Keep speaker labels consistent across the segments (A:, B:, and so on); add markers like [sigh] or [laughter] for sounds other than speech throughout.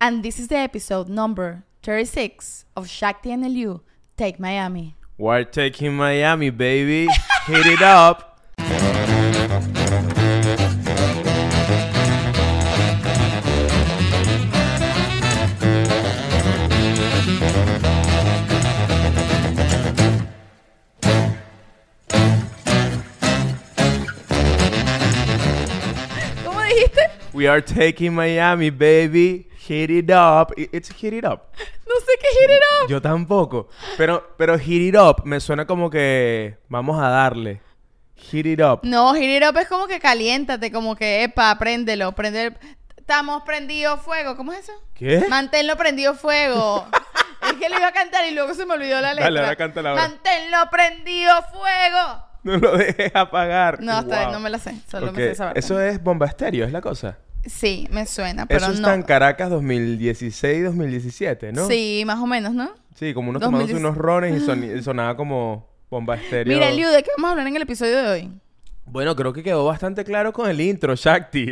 A: And this is the episode number 36 of Shakti and Eliu Take Miami.
B: We're taking Miami, baby. Hit it up.
A: ¿Cómo dijiste?
B: We are taking Miami, baby. Hit it up. I- It's hit it up.
A: No sé qué hit it up.
B: Yo tampoco. Pero, pero hit it up me suena como que vamos a darle. Hit it up.
A: No, hit it up es como que caliéntate, como que, epa, préndelo, prender. Estamos prendido fuego, ¿cómo es eso?
B: ¿Qué?
A: Manténlo prendido
B: [laughs]
A: fuego. es que lo iba a cantar y luego se me olvidó la letra.
B: Dale, ahora cántala ahora.
A: Manténlo prendido fuego.
B: No lo dejes apagar.
A: No, hasta ahí
B: Wow.
A: no me la sé, solo
B: Ok,
A: me sé esa parte.
B: Eso es bomba estéreo, es la cosa.
A: Sí, me suena, pero
B: eso
A: no.
B: está en Caracas 2016-2017, ¿no?
A: Sí, más o menos, ¿no?
B: Sí, como unos
A: 2016.
B: tomándose unos rones y soni- sonaba como
A: [laughs]
B: bomba estéreo.
A: Mira, Eliu, ¿de qué vamos a hablar en el episodio de hoy?
B: Bueno, creo que quedó bastante claro con el intro,
A: [laughs]
B: Shakti.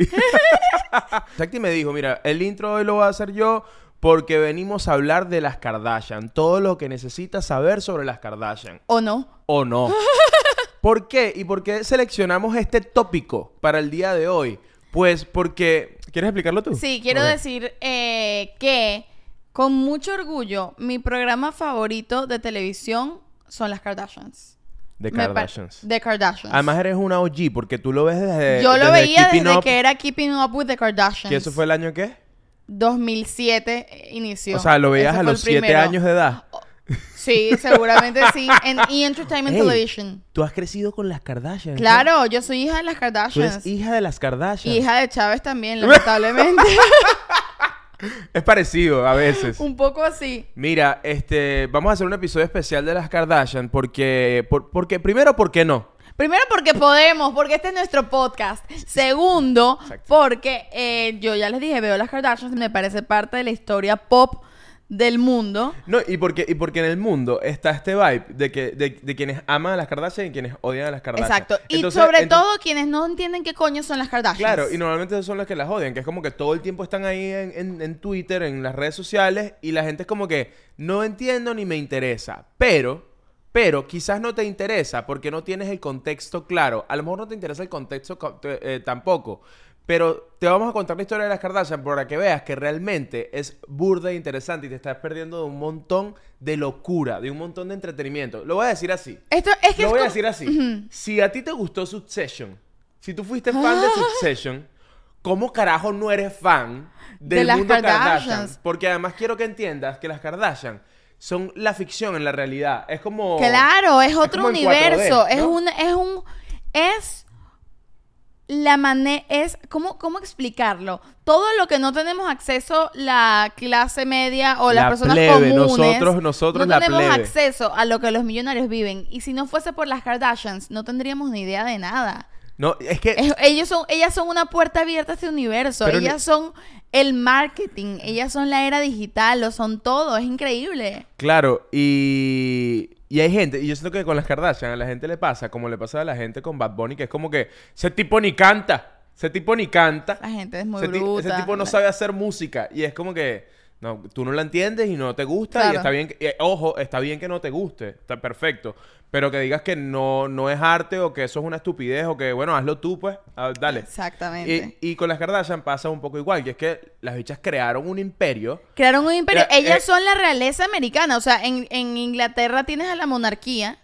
B: Shakti me dijo, mira, el intro hoy lo voy a hacer yo porque venimos a hablar de las Kardashian, todo lo que necesitas saber sobre las Kardashian,
A: ¿O no? [laughs]
B: ¿o no? ¿Por qué? ¿Y por qué seleccionamos este tópico para el día de hoy? Pues porque... ¿Quieres explicarlo tú?
A: Sí, quiero
B: Ok.
A: decir eh, que con mucho orgullo mi programa favorito de televisión son las Kardashians.
B: De
A: Me par-
B: Kardashians.
A: De Kardashians.
B: Además eres una OG porque tú lo ves desde...
A: yo lo
B: desde
A: veía
B: Keeping
A: desde
B: Up,
A: que era Keeping Up with the Kardashians.
B: Que eso fue el año qué?
A: 2007 inició.
B: O sea, lo veías
A: Ese
B: a
A: fue el
B: los 7
A: primero.
B: años de edad.
A: Sí, seguramente sí. En E! Entertainment
B: Ey,
A: Television.
B: Tú has crecido con las Kardashian. ¿no?
A: Claro, yo soy hija de las
B: Tú
A: Kardashians.
B: eres hija de las Kardashian.
A: Hija de Chávez
B: [laughs]
A: también, lamentablemente. [laughs]
B: Es parecido a veces.
A: Un poco así.
B: Mira, este, vamos a hacer un episodio especial de las Kardashian porque, por- porque primero, ¿por qué no?
A: Primero porque podemos, porque este es nuestro podcast. Segundo,
B: Exacto.
A: porque eh, yo ya les dije, veo las Kardashians, me parece parte de la historia pop del mundo.
B: No, y porque, y porque en el mundo está este vibe de que de, de quienes aman a las Kardashian y quienes odian a las Kardashian.
A: Exacto. Y
B: Entonces,
A: sobre
B: ento-
A: todo quienes no entienden qué coño son las Kardashians.
B: Claro, y normalmente son los que las odian, que es como que todo el tiempo están ahí en, en- en Twitter, en las redes sociales, y la gente es como que no entiendo ni me interesa, pero, pero quizás no te interesa porque no tienes el contexto claro, a lo mejor no te interesa el contexto co- te- eh, tampoco, pero te vamos a contar la historia de las Kardashian para que veas que realmente es burda e interesante y te estás perdiendo de un montón de locura, de un montón de entretenimiento. Lo voy a decir así.
A: Esto es que
B: Lo
A: es
B: voy a
A: como-
B: decir así.
A: Ujú.
B: Si a ti te gustó Succession, si tú fuiste fan de
A: Ah.
B: Succession, ¿cómo carajo no eres fan
A: De
B: del
A: las
B: mundo
A: Kardashians?
B: Kardashian? Porque además quiero que entiendas que las Kardashian son la ficción en la realidad. Es como...
A: Claro, es otro
B: como en 4D,
A: universo. Es
B: ¿no?
A: un, es un, es la manera, es, ¿cómo, ¿cómo explicarlo? Todo lo que no tenemos acceso la clase media o las
B: La
A: personas
B: plebe,
A: comunes.
B: nosotros- nosotros
A: no
B: la
A: tenemos
B: plebe.
A: acceso a lo que los millonarios viven. Y si no fuese por las Kardashians, no tendríamos ni idea de nada.
B: No, es que...
A: Es- ellos son, ellas son una puerta abierta a este universo.
B: Eh. Pero
A: ellas son el marketing, ellas son la era digital, lo son todo, es increíble.
B: Claro, y... Y hay gente, y yo siento que con las Kardashian a la gente le pasa, como le pasa a la gente con Bad Bunny, que es como que ese tipo ni canta, ese tipo ni canta.
A: La gente es muy
B: ese, ti- ese
A: bruta.
B: tipo no
A: la-
B: sabe hacer música y es como que no, tú no la entiendes y no te gusta
A: Claro.
B: y está bien, que- eh, ojo, está bien que no te guste, está perfecto, pero que digas que no no es arte o que eso es una estupidez o que bueno, hazlo tú pues, ah, dale.
A: Exactamente.
B: Y, y con las Kardashian pasa un poco igual, que es que las bichas crearon un imperio.
A: Crearon un imperio.
B: Era-
A: Ellas
B: eh,
A: son la realeza americana. O sea, en, en Inglaterra tienes a la monarquía,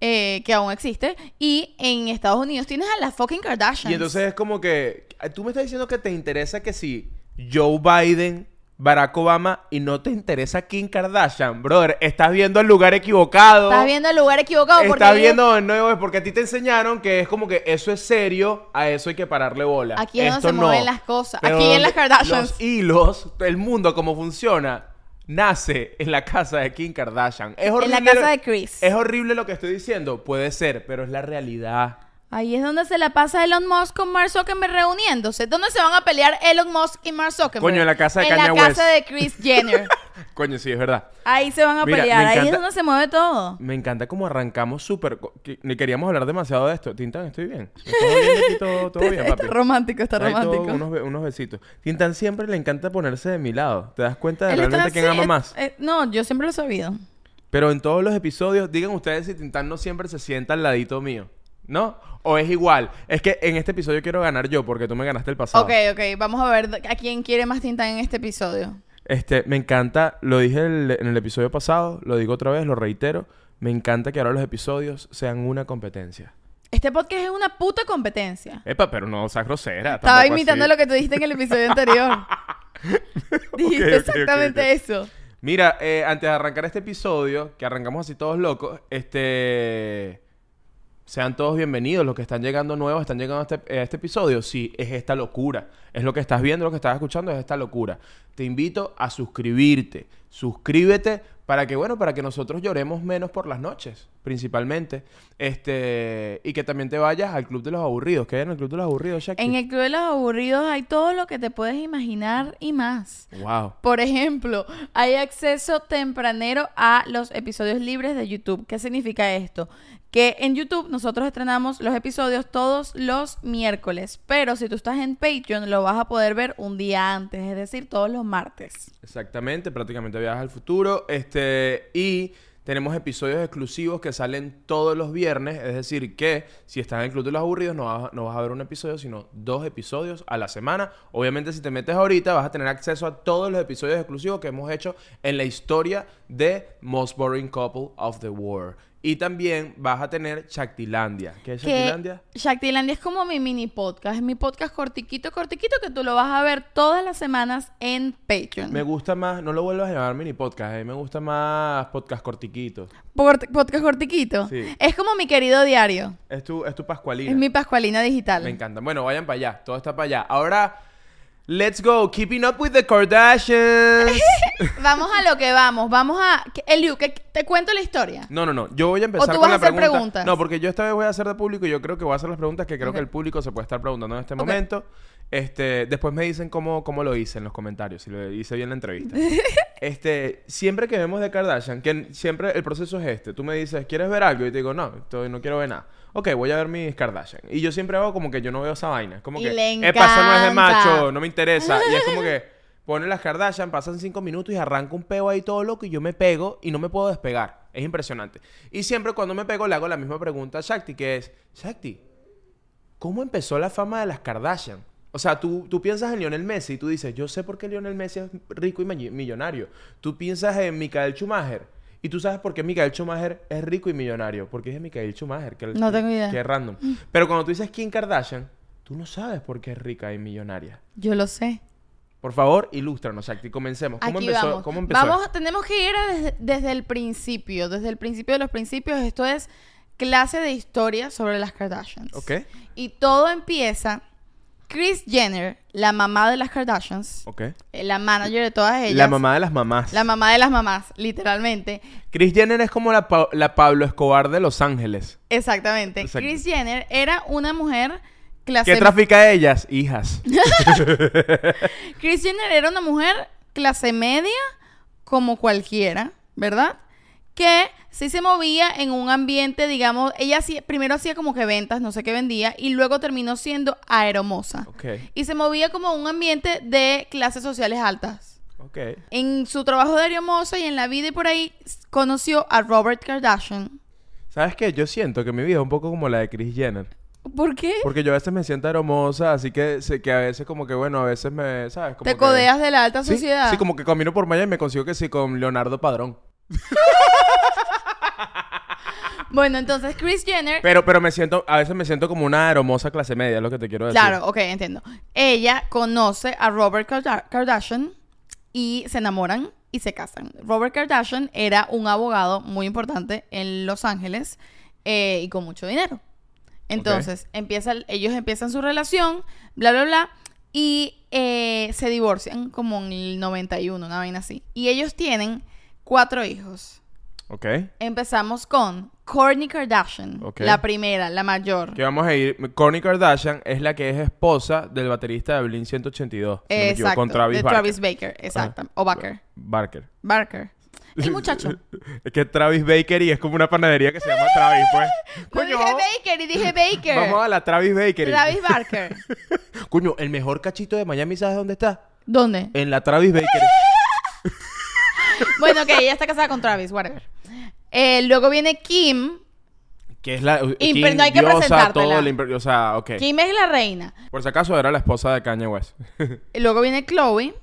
A: eh, que aún existe, y en Estados Unidos tienes a las fucking Kardashians.
B: Y entonces es como que ah, tú me estás diciendo que te interesa que si Joe Biden, Barack Obama y no te interesa Kim Kardashian, brother, estás viendo el lugar equivocado.
A: Estás viendo el lugar equivocado. porque
B: Está
A: ellos-
B: viendo de nuevo es porque a ti te enseñaron que es como que eso es serio, a eso hay que pararle bola.
A: Aquí es donde
B: Esto
A: se mueven las cosas, aquí en las Kardashians.
B: Los hilos, el mundo como funciona, nace en la casa de Kim Kardashian. Es
A: En la
B: horrible lo-
A: casa de Chris.
B: Es horrible lo que estoy diciendo, puede ser, pero es la realidad.
A: Ahí es donde se la pasa Elon Musk con Mark Zuckerberg reuniéndose. ¿Dónde se van a pelear Elon Musk y Mark Zuckerberg?
B: Coño, en la casa de
A: En
B: Kanye
A: la casa
B: West. [laughs]
A: de Chris Jenner.
B: Coño, sí, es verdad.
A: Ahí se van a
B: Mira, me
A: pelear, ahí es
B: encanta-
A: donde se mueve todo.
B: Me encanta cómo arrancamos súper... co- que- Ni queríamos hablar demasiado de esto. Tintán, estoy bien. Todo bien aquí, todo,
A: [laughs]
B: [laughs] todo bien, papi.
A: Está romántico, está
B: Ahí todo,
A: romántico.
B: unos, be- unos besitos. Tintán siempre le encanta ponerse de mi lado. ¿Te das cuenta de
A: Él está
B: realmente quién
A: así,
B: ama
A: eh,
B: más?
A: eh, no, yo siempre lo he sabido.
B: Pero en todos los episodios, digan ustedes si Tintán no siempre se sienta al ladito mío. ¿No? O es igual. Es que en este episodio quiero ganar yo porque tú me ganaste el pasado.
A: Ok, ok, vamos a ver a quién quiere más Tintán en este episodio.
B: Este, me encanta, lo dije el- en el episodio pasado, lo digo otra vez, lo reitero. Me encanta que ahora los episodios sean una competencia.
A: Este podcast es una puta competencia.
B: Epa, pero no seas grosera.
A: Estaba imitando lo que tú dijiste en el episodio
B: [laughs]
A: anterior. Dijiste
B: Ok, ok, ok,
A: exactamente
B: ok.
A: eso.
B: Mira, eh, antes de arrancar este episodio, que arrancamos así todos locos, este... Sean todos bienvenidos, los que están llegando nuevos, están llegando a este, a este episodio. Sí, es esta locura. Es lo que estás viendo, lo que estás escuchando, es esta locura. Te invito a suscribirte. Suscríbete para que, bueno, para que nosotros lloremos menos por las noches, principalmente. Este, y que también te vayas al Club de los Aburridos. ¿Qué hay en el Club de los Aburridos, Shakti?
A: En el Club de los Aburridos hay todo lo que te puedes imaginar y más.
B: Wow.
A: Por ejemplo, hay acceso tempranero a los episodios libres de YouTube. ¿Qué significa esto? Que en YouTube nosotros estrenamos los episodios todos los miércoles, pero si tú estás en Patreon lo vas a poder ver un día antes, es decir, todos los martes.
B: Exactamente, prácticamente viajas al futuro. Este, y tenemos episodios exclusivos que salen todos los viernes. Es decir, que si estás en el Club de los Aburridos, no vas, no vas a ver un episodio, sino dos episodios a la semana. Obviamente, si te metes ahorita, vas a tener acceso a todos los episodios exclusivos que hemos hecho en la historia de Most Boring Couple of the World. Y también vas a tener Chactilandia. ¿Qué es
A: que
B: Chactilandia?
A: Shaktilandia es como mi mini podcast, es mi podcast cortiquito, cortiquito que tú lo vas a ver todas las semanas en Patreon.
B: Me gusta más, no lo vuelvas a llamar mini podcast, a mí me gusta más podcast cortiquito.
A: Port- podcast cortiquito.
B: Sí.
A: Es como mi querido diario.
B: Es tu, es tu Pascualina.
A: Es mi Pascualina digital.
B: Me encanta. Bueno, vayan para allá. Todo está para allá. Ahora, let's go. Keeping up with the
A: [laughs]
B: Kardashians.
A: [laughs] Vamos a lo que vamos. Vamos a. que- Eliu, que te cuento la historia.
B: No, no, no. Yo voy a empezar
A: tú vas
B: con la
A: a hacer
B: pregunta.
A: preguntas.
B: No, porque yo esta vez voy a hacer de público y yo creo que voy a hacer las preguntas que creo
A: Ok.
B: que el público se puede estar preguntando en este
A: Ok.
B: momento. Este, después me dicen cómo, cómo lo hice en los comentarios, si lo hice bien la entrevista. este, siempre que vemos de Kardashian, que en- siempre el proceso es este. Tú me dices, ¿quieres ver algo? Y te digo, no, estoy- no quiero ver nada. Ok, voy a ver mis Kardashian. Y yo siempre hago como que yo no veo esa vaina. Es como
A: Y
B: que,
A: le
B: "Epa, eso no es de
A: encanta.
B: macho, no me interesa. Y es
A: [laughs]
B: como que pone las Kardashian, pasan cinco minutos y arranca un peo ahí todo loco y yo me pego y no me puedo despegar. Es impresionante. Y siempre cuando me pego le hago la misma pregunta a Shakti, que es, Shakti, ¿cómo empezó la fama de las Kardashian? O sea, tú, tú piensas en Lionel Messi y tú dices, yo sé por qué Lionel Messi es rico y milli- millonario. Tú piensas en Michael Schumacher y tú sabes por qué Michael Schumacher es rico y millonario. Porque es Michael Schumacher, que,
A: No tengo idea.
B: que es random. Pero cuando tú dices Kim Kardashian, tú no sabes por qué es rica y millonaria.
A: Yo lo sé.
B: Por favor, ilústranos, Shakti. Comencemos. ¿Cómo
A: Aquí
B: empezó?
A: vamos.
B: ¿Cómo empezó?
A: Vamos, tenemos que ir a desde, desde el principio. Desde el principio de los principios. Esto es clase de historia sobre las Kardashians.
B: Ok.
A: Y todo empieza. Chris Jenner, la mamá de las Kardashians,
B: Ok.
A: eh, la manager de todas ellas.
B: La mamá de las mamás.
A: La mamá de las mamás, literalmente.
B: Chris Jenner es como la, Pa- la Pablo Escobar de Los Ángeles.
A: Exactamente.
B: Exacto.
A: Chris Jenner era una mujer clase
B: ¿Qué trafica ellas? Hijas.
A: Kris Jenner era una mujer clase media como cualquiera, ¿verdad? Que sí se movía en un ambiente, digamos, ella hacía- primero hacía como que ventas, no sé qué vendía, y luego terminó siendo aeromosa.
B: Ok.
A: Y se movía como un ambiente de clases sociales altas.
B: Ok.
A: En su trabajo de aeromosa y en la vida y por ahí s- conoció a Robert Kardashian.
B: ¿Sabes qué? Yo siento que mi vida es un poco como la de Chris Jenner.
A: ¿Por qué?
B: Porque yo a veces me siento hermosa, así que, sé que a veces como que, bueno, a veces me, ¿sabes? Como
A: Te
B: que-
A: codeas de la alta
B: ¿Sí?
A: sociedad.
B: Sí, como que camino por Miami y me consigo que sí con Leonardo Padrón.
A: Bueno, entonces Chris Jenner
B: Pero, pero me siento, a veces me siento como una hermosa clase media, es lo que te quiero decir.
A: Claro, ok, entiendo. Ella conoce a Robert Karda- Kardashian y se enamoran y se casan. Robert Kardashian era un abogado muy importante en Los Ángeles eh, y con mucho dinero. Entonces, empieza, el- ellos empiezan su relación, bla, bla, bla, y eh, se divorcian como en el 91, una vaina así. Y ellos tienen cuatro hijos.
B: Ok.
A: Empezamos con Kourtney Kardashian,
B: Ok.
A: la primera, la mayor.
B: Que vamos a ir. Kourtney Kardashian es la que es esposa del baterista de Blink 182. si no me equivoco,
A: Exacto,
B: con Travis
A: de
B: Barker. Ah,
A: Travis Baker, exacto. O Barker.
B: Barker.
A: Barker.
B: [laughs]
A: El muchacho.
B: Es que Travis Baker y es como una panadería que se llama Travis,
A: [laughs]
B: pues.
A: No
B: Coño,
A: dije Baker y dije Baker.
B: [laughs] vamos a la Travis Baker.
A: Travis Barker.
B: [laughs] Coño, el mejor cachito de Miami, ¿sabes dónde está?
A: ¿Dónde?
B: En la Travis Baker.
A: Bueno, ok, ella está casada con Travis, whatever. Eh, luego viene Kim.
B: que es la. eh,
A: Imper- no hay que
B: diosa, todo
A: presentártela.
B: la imper- O sea, ok.
A: Kim es la reina.
B: Por si acaso era la esposa de Kanye West.
A: Y Luego viene Chloe.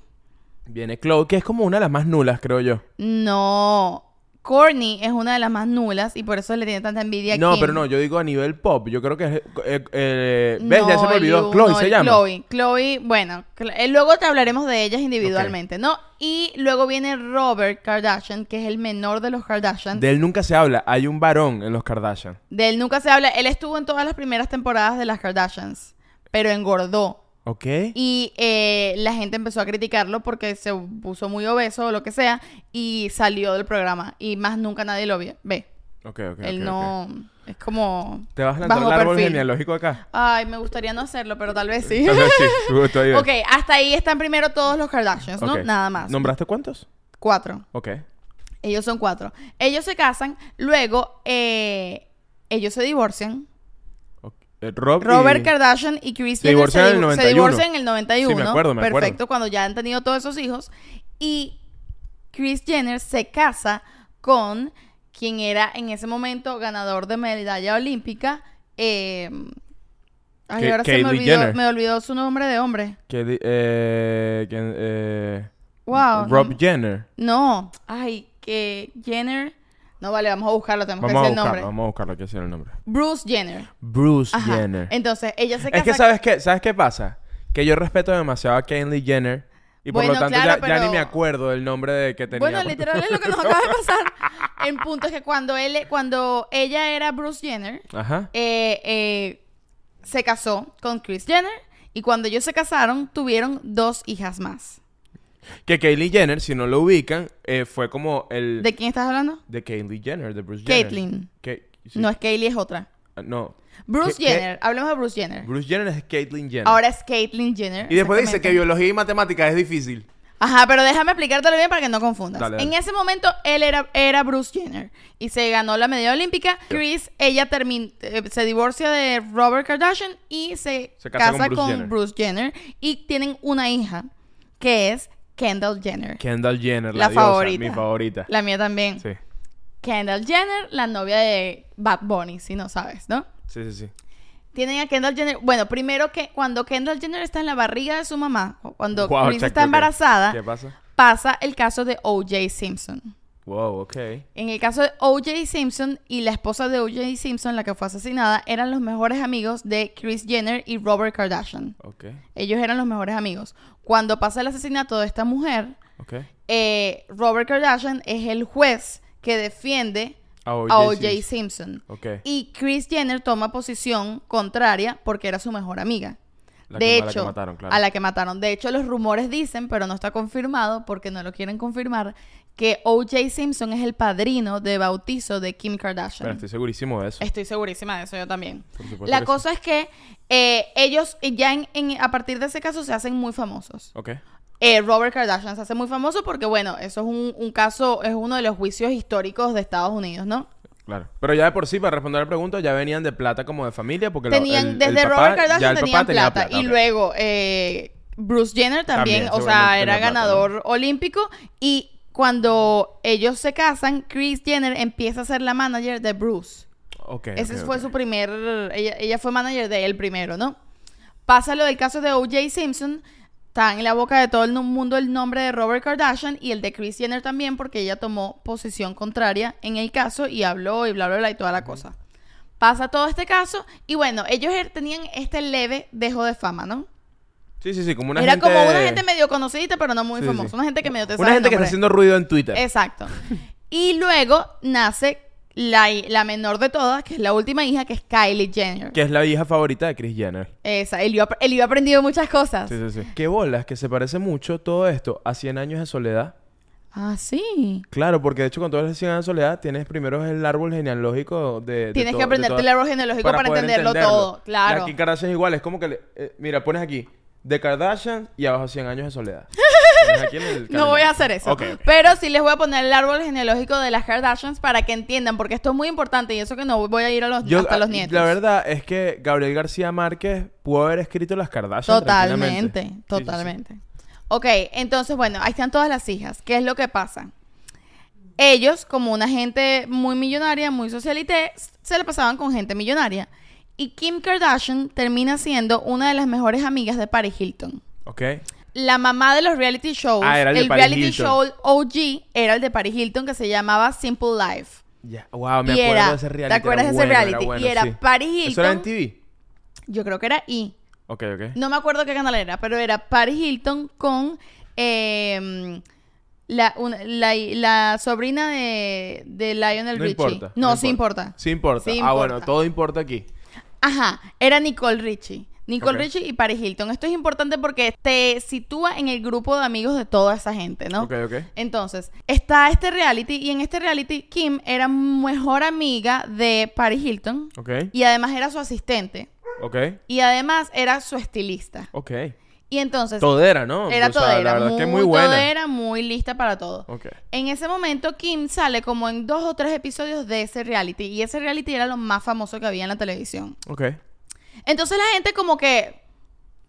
B: Viene Chloe, que es como una de las más nulas, creo yo.
A: No. Courtney es una de las más nulas y por eso le tiene tanta envidia a
B: No,
A: Kim.
B: pero no, yo digo a nivel pop. Yo creo que es. eh, eh, ¿Ves? ya se me
A: el
B: olvidó.
A: Lu,
B: Chloe
A: no,
B: se
A: el
B: llama.
A: Chloe. Chloe, bueno, cl- eh, luego te hablaremos de ellas individualmente, ¿no? Y luego viene Robert Kardashian, que es el menor de los Kardashian.
B: De él nunca se habla. Hay un varón en los Kardashian.
A: De él nunca se habla. Él estuvo en todas las primeras temporadas de las Kardashians, pero engordó.
B: ¿Ok?
A: Y eh, la gente empezó a criticarlo porque se puso muy obeso o lo que sea y salió del programa. Y más nunca nadie lo vi- ve.
B: Ok, ok.
A: Él
B: ok, ok.
A: no. Es como.
B: ¿Te vas a lanzar
A: bajo
B: el árbol
A: perfil. [laughs]
B: genealógico acá?
A: Ay, me gustaría no hacerlo, pero tal vez
B: [laughs]
A: sí.
B: Tal vez sí, tú- tú ahí ves.
A: ok, hasta ahí están primero todos los Kardashians, ¿no?
B: Ok.
A: Nada más.
B: ¿Nombraste cuántos?
A: Cuatro.
B: Ok.
A: Ellos son cuatro. Ellos se casan, luego eh, ellos se divorcian.
B: Ok. Eh, Rob y-
A: Robert Kardashian y Chris
B: Se divorcian en el
A: se
B: 91.
A: divorcian en el 91.
B: Sí, me acuerdo, me acuerdo.
A: Perfecto, cuando ya han tenido todos esos hijos. Y Chris Jenner se casa con quien era en ese momento ganador de medalla olímpica. eh, ay,
B: Ka-
A: ahora se me
B: Kylie
A: olvidó,
B: Jenner.
A: me olvidó su nombre de hombre.
B: que di- eh, ¿quién, eh?
A: Wow.
B: Rob
A: no-
B: Jenner.
A: No, ay, que Jenner. No, vale, vamos a buscarlo, tenemos
B: Vamos
A: que decir
B: a
A: el nombre.
B: buscarlo, vamos a buscarlo, hay que decir el nombre.
A: Bruce Jenner.
B: Bruce
A: Ajá.
B: Jenner.
A: Entonces, ella se casa
B: Es que sabes qué, ¿sabes qué pasa? Que yo respeto demasiado a Kendall Jenner y por
A: Bueno,
B: lo tanto
A: claro,
B: ya, ya
A: pero-
B: ni me acuerdo del nombre de que tenía.
A: Bueno,
B: cuando-
A: literal es lo que nos acaba de pasar. En punto es que cuando él, cuando ella era Bruce Jenner,
B: Ajá.
A: eh, eh, se casó con Chris Jenner y cuando ellos se casaron tuvieron dos hijas más.
B: Que Kylie Jenner, si no lo ubican, eh, fue como el de,
A: ¿De quién estás hablando?
B: Kylie Jenner, de Bruce Jenner.
A: Caitlyn.
B: Que- sí.
A: No es Kylie, es otra.
B: Ah, no.
A: Bruce
B: ¿Qué- qué?
A: Jenner. Hablemos de Bruce Jenner.
B: Bruce Jenner es Caitlyn Jenner.
A: Ahora es Caitlyn Jenner.
B: y después dice
A: exactamente.
B: que biología y matemática es difícil.
A: Ajá, pero déjame explicártelo bien para que no confundas.
B: Dale, dale.
A: En ese momento él era, era Bruce Jenner y se ganó la medalla olímpica. Chris, ella termin- eh, se divorcia de Robert Kardashian y se,
B: Se
A: casa,
B: casa
A: con,
B: con Bruce Jenner.
A: Bruce Jenner y tienen una hija que es Kendall Jenner.
B: Kendall Jenner,
A: La
B: la, diosa,
A: favorita.
B: mi favorita.
A: La mía también.
B: Sí.
A: Kendall Jenner, la novia de Bad Bunny, si no sabes, ¿no?
B: Sí, sí, sí.
A: Tienen a Kendall Jenner. Bueno, primero que cuando Kendall Jenner está en la barriga de su mamá, o cuando
B: Wow,
A: Chris
B: chaco,
A: está
B: ¿qué-
A: embarazada,
B: ¿Qué pasa?
A: pasa el caso de O.J. Simpson.
B: Wow, ok.
A: En el caso de O.J. Simpson y la esposa de O.J. Simpson, la que fue asesinada, eran los mejores amigos de Kris Jenner y Robert Kardashian.
B: Ok.
A: Ellos eran los mejores amigos. Cuando pasa el asesinato de esta mujer,
B: Ok.
A: eh, Robert Kardashian es el juez que defiende
B: A
A: a
B: OJ
A: O.J.
B: Simpson.
A: Simpson.
B: Ok.
A: Y Kris Jenner toma posición contraria porque era su mejor amiga.
B: La
A: de
B: que- a la que
A: hecho,
B: mataron, claro.
A: a la que mataron. De hecho, los rumores dicen, pero no está confirmado porque no lo quieren confirmar, que O.J. Simpson es el padrino de bautizo de Kim Kardashian.
B: Bueno, estoy segurísimo de eso.
A: Estoy segurísima de eso yo también.
B: Por supuesto
A: La
B: que sí.
A: cosa es que eh, ellos ya en- en- a partir de ese caso se hacen muy famosos.
B: Ok.
A: Eh, Robert Kardashian se hace muy famoso porque, bueno, eso es un, un caso, es uno de los juicios históricos de Estados Unidos, ¿no?
B: Claro. Pero ya de por sí, para responder la pregunta, ya venían de plata como de familia, porque la-
A: tenían,
B: el- el
A: desde
B: papá-
A: Robert
B: ya
A: Kardashian
B: el papá
A: tenían
B: tenía
A: plata. Y
B: ok.
A: luego eh, Bruce Jenner también,
B: También,
A: o sea,
B: seguramente
A: era
B: tenía plata,
A: ganador olímpico. Y cuando ellos se casan, Kris Jenner empieza a ser la manager de Bruce.
B: Ok,
A: Ese
B: ok,
A: fue
B: ok.
A: su primer. Ella, ella fue manager de él primero, ¿no? Pasa lo del caso de O.J. Simpson. Está en la boca de todo el nu- mundo el nombre de Robert Kardashian y el de Kris Jenner también, porque ella tomó posición contraria en el caso y habló y bla, bla, bla y toda la cosa. Pasa todo este caso y bueno, ellos er- tenían este leve dejo de fama, ¿no?
B: Sí, sí, sí, como una
A: Era
B: gente...
A: como una gente medio conocidita, pero no muy
B: Sí, sí,
A: famosa.
B: sí.
A: Una gente que medio te
B: Una
A: sabe el
B: gente que está
A: nombre.
B: haciendo ruido en Twitter.
A: Exacto. Y luego nace la, hi- la menor de todas, que es la última hija, que es Kylie Jenner.
B: Que es la hija favorita de Chris Jenner.
A: Esa, él iba, él iba aprendiendo muchas cosas.
B: Sí, sí, sí. Qué bolas, que se parece mucho todo esto a 100 años de soledad.
A: Ah, sí.
B: Claro, porque de hecho con todas las 100 años de soledad tienes primero el árbol genealógico de... de
A: Tienes
B: todo-
A: que
B: de
A: aprenderte
B: toda-
A: el árbol genealógico para,
B: poder
A: entenderlo, todo.
B: Y
A: Claro.
B: aquí Kardashian es igual, es como que... le- eh, mira, pones aquí, de Kardashian y abajo 100 años de soledad. Pones aquí en
A: [laughs]
B: el
A: No
B: calendario.
A: voy a hacer eso.
B: Ok, ok.
A: Pero sí les voy a poner el árbol genealógico de las Kardashians para que entiendan, porque esto es muy importante y eso que no voy a ir a los,
B: Yo-
A: hasta los
B: ah,
A: nietos.
B: La verdad es que Gabriel García Márquez pudo haber escrito las Kardashian tranquilamente.
A: Totalmente,
B: Sí, sí, sí.
A: totalmente. Ok, entonces, bueno, ahí están todas las hijas. ¿Qué es lo que pasa? Ellos, como una gente muy millonaria, muy socialité, s- se le pasaban con gente millonaria. Y Kim Kardashian termina siendo una de las mejores amigas de Paris Hilton.
B: Ok.
A: La mamá de los reality shows,
B: Ah, era el de
A: el
B: Paris
A: reality
B: Hilton.
A: show OG era el de Paris Hilton que se llamaba Simple Life.
B: Ya, wow, me
A: Y
B: acuerdo
A: era-
B: de ese reality.
A: ¿te acuerdas
B: era
A: de ese
B: bueno, era
A: reality?
B: bueno,
A: Y era
B: sí.
A: Paris
B: ¿Eso era en
A: Hilton.
B: TV?
A: Yo creo que era I.
B: Ok, ok.
A: No me acuerdo qué canal era, pero era Paris Hilton con eh, la, una- la, la sobrina de, de Lionel
B: No
A: Richie.
B: importa.
A: no, sí importa.
B: Sí importa.
A: Sí
B: ah, bueno,
A: importa.
B: todo importa aquí.
A: Ajá, era Nicole Richie. Nicole
B: Ok.
A: Richie y Paris Hilton. Esto es importante porque te sitúa en el grupo de amigos de toda esa gente, ¿no?
B: Ok, ok.
A: Entonces, está este reality y en este reality Kim era mejor amiga de Paris Hilton
B: Ok,
A: y además era su asistente
B: ok,
A: y además era su estilista.
B: ok.
A: Y entonces
B: Todera, ¿no?
A: era
B: O sea,
A: todera,
B: la verdad
A: muy,
B: es que muy buena.
A: todera, muy lista para todo.
B: Ok.
A: En ese momento Kim sale como en dos o tres episodios de ese reality y ese reality era lo más famoso que había en la televisión.
B: Ok.
A: Entonces la gente como que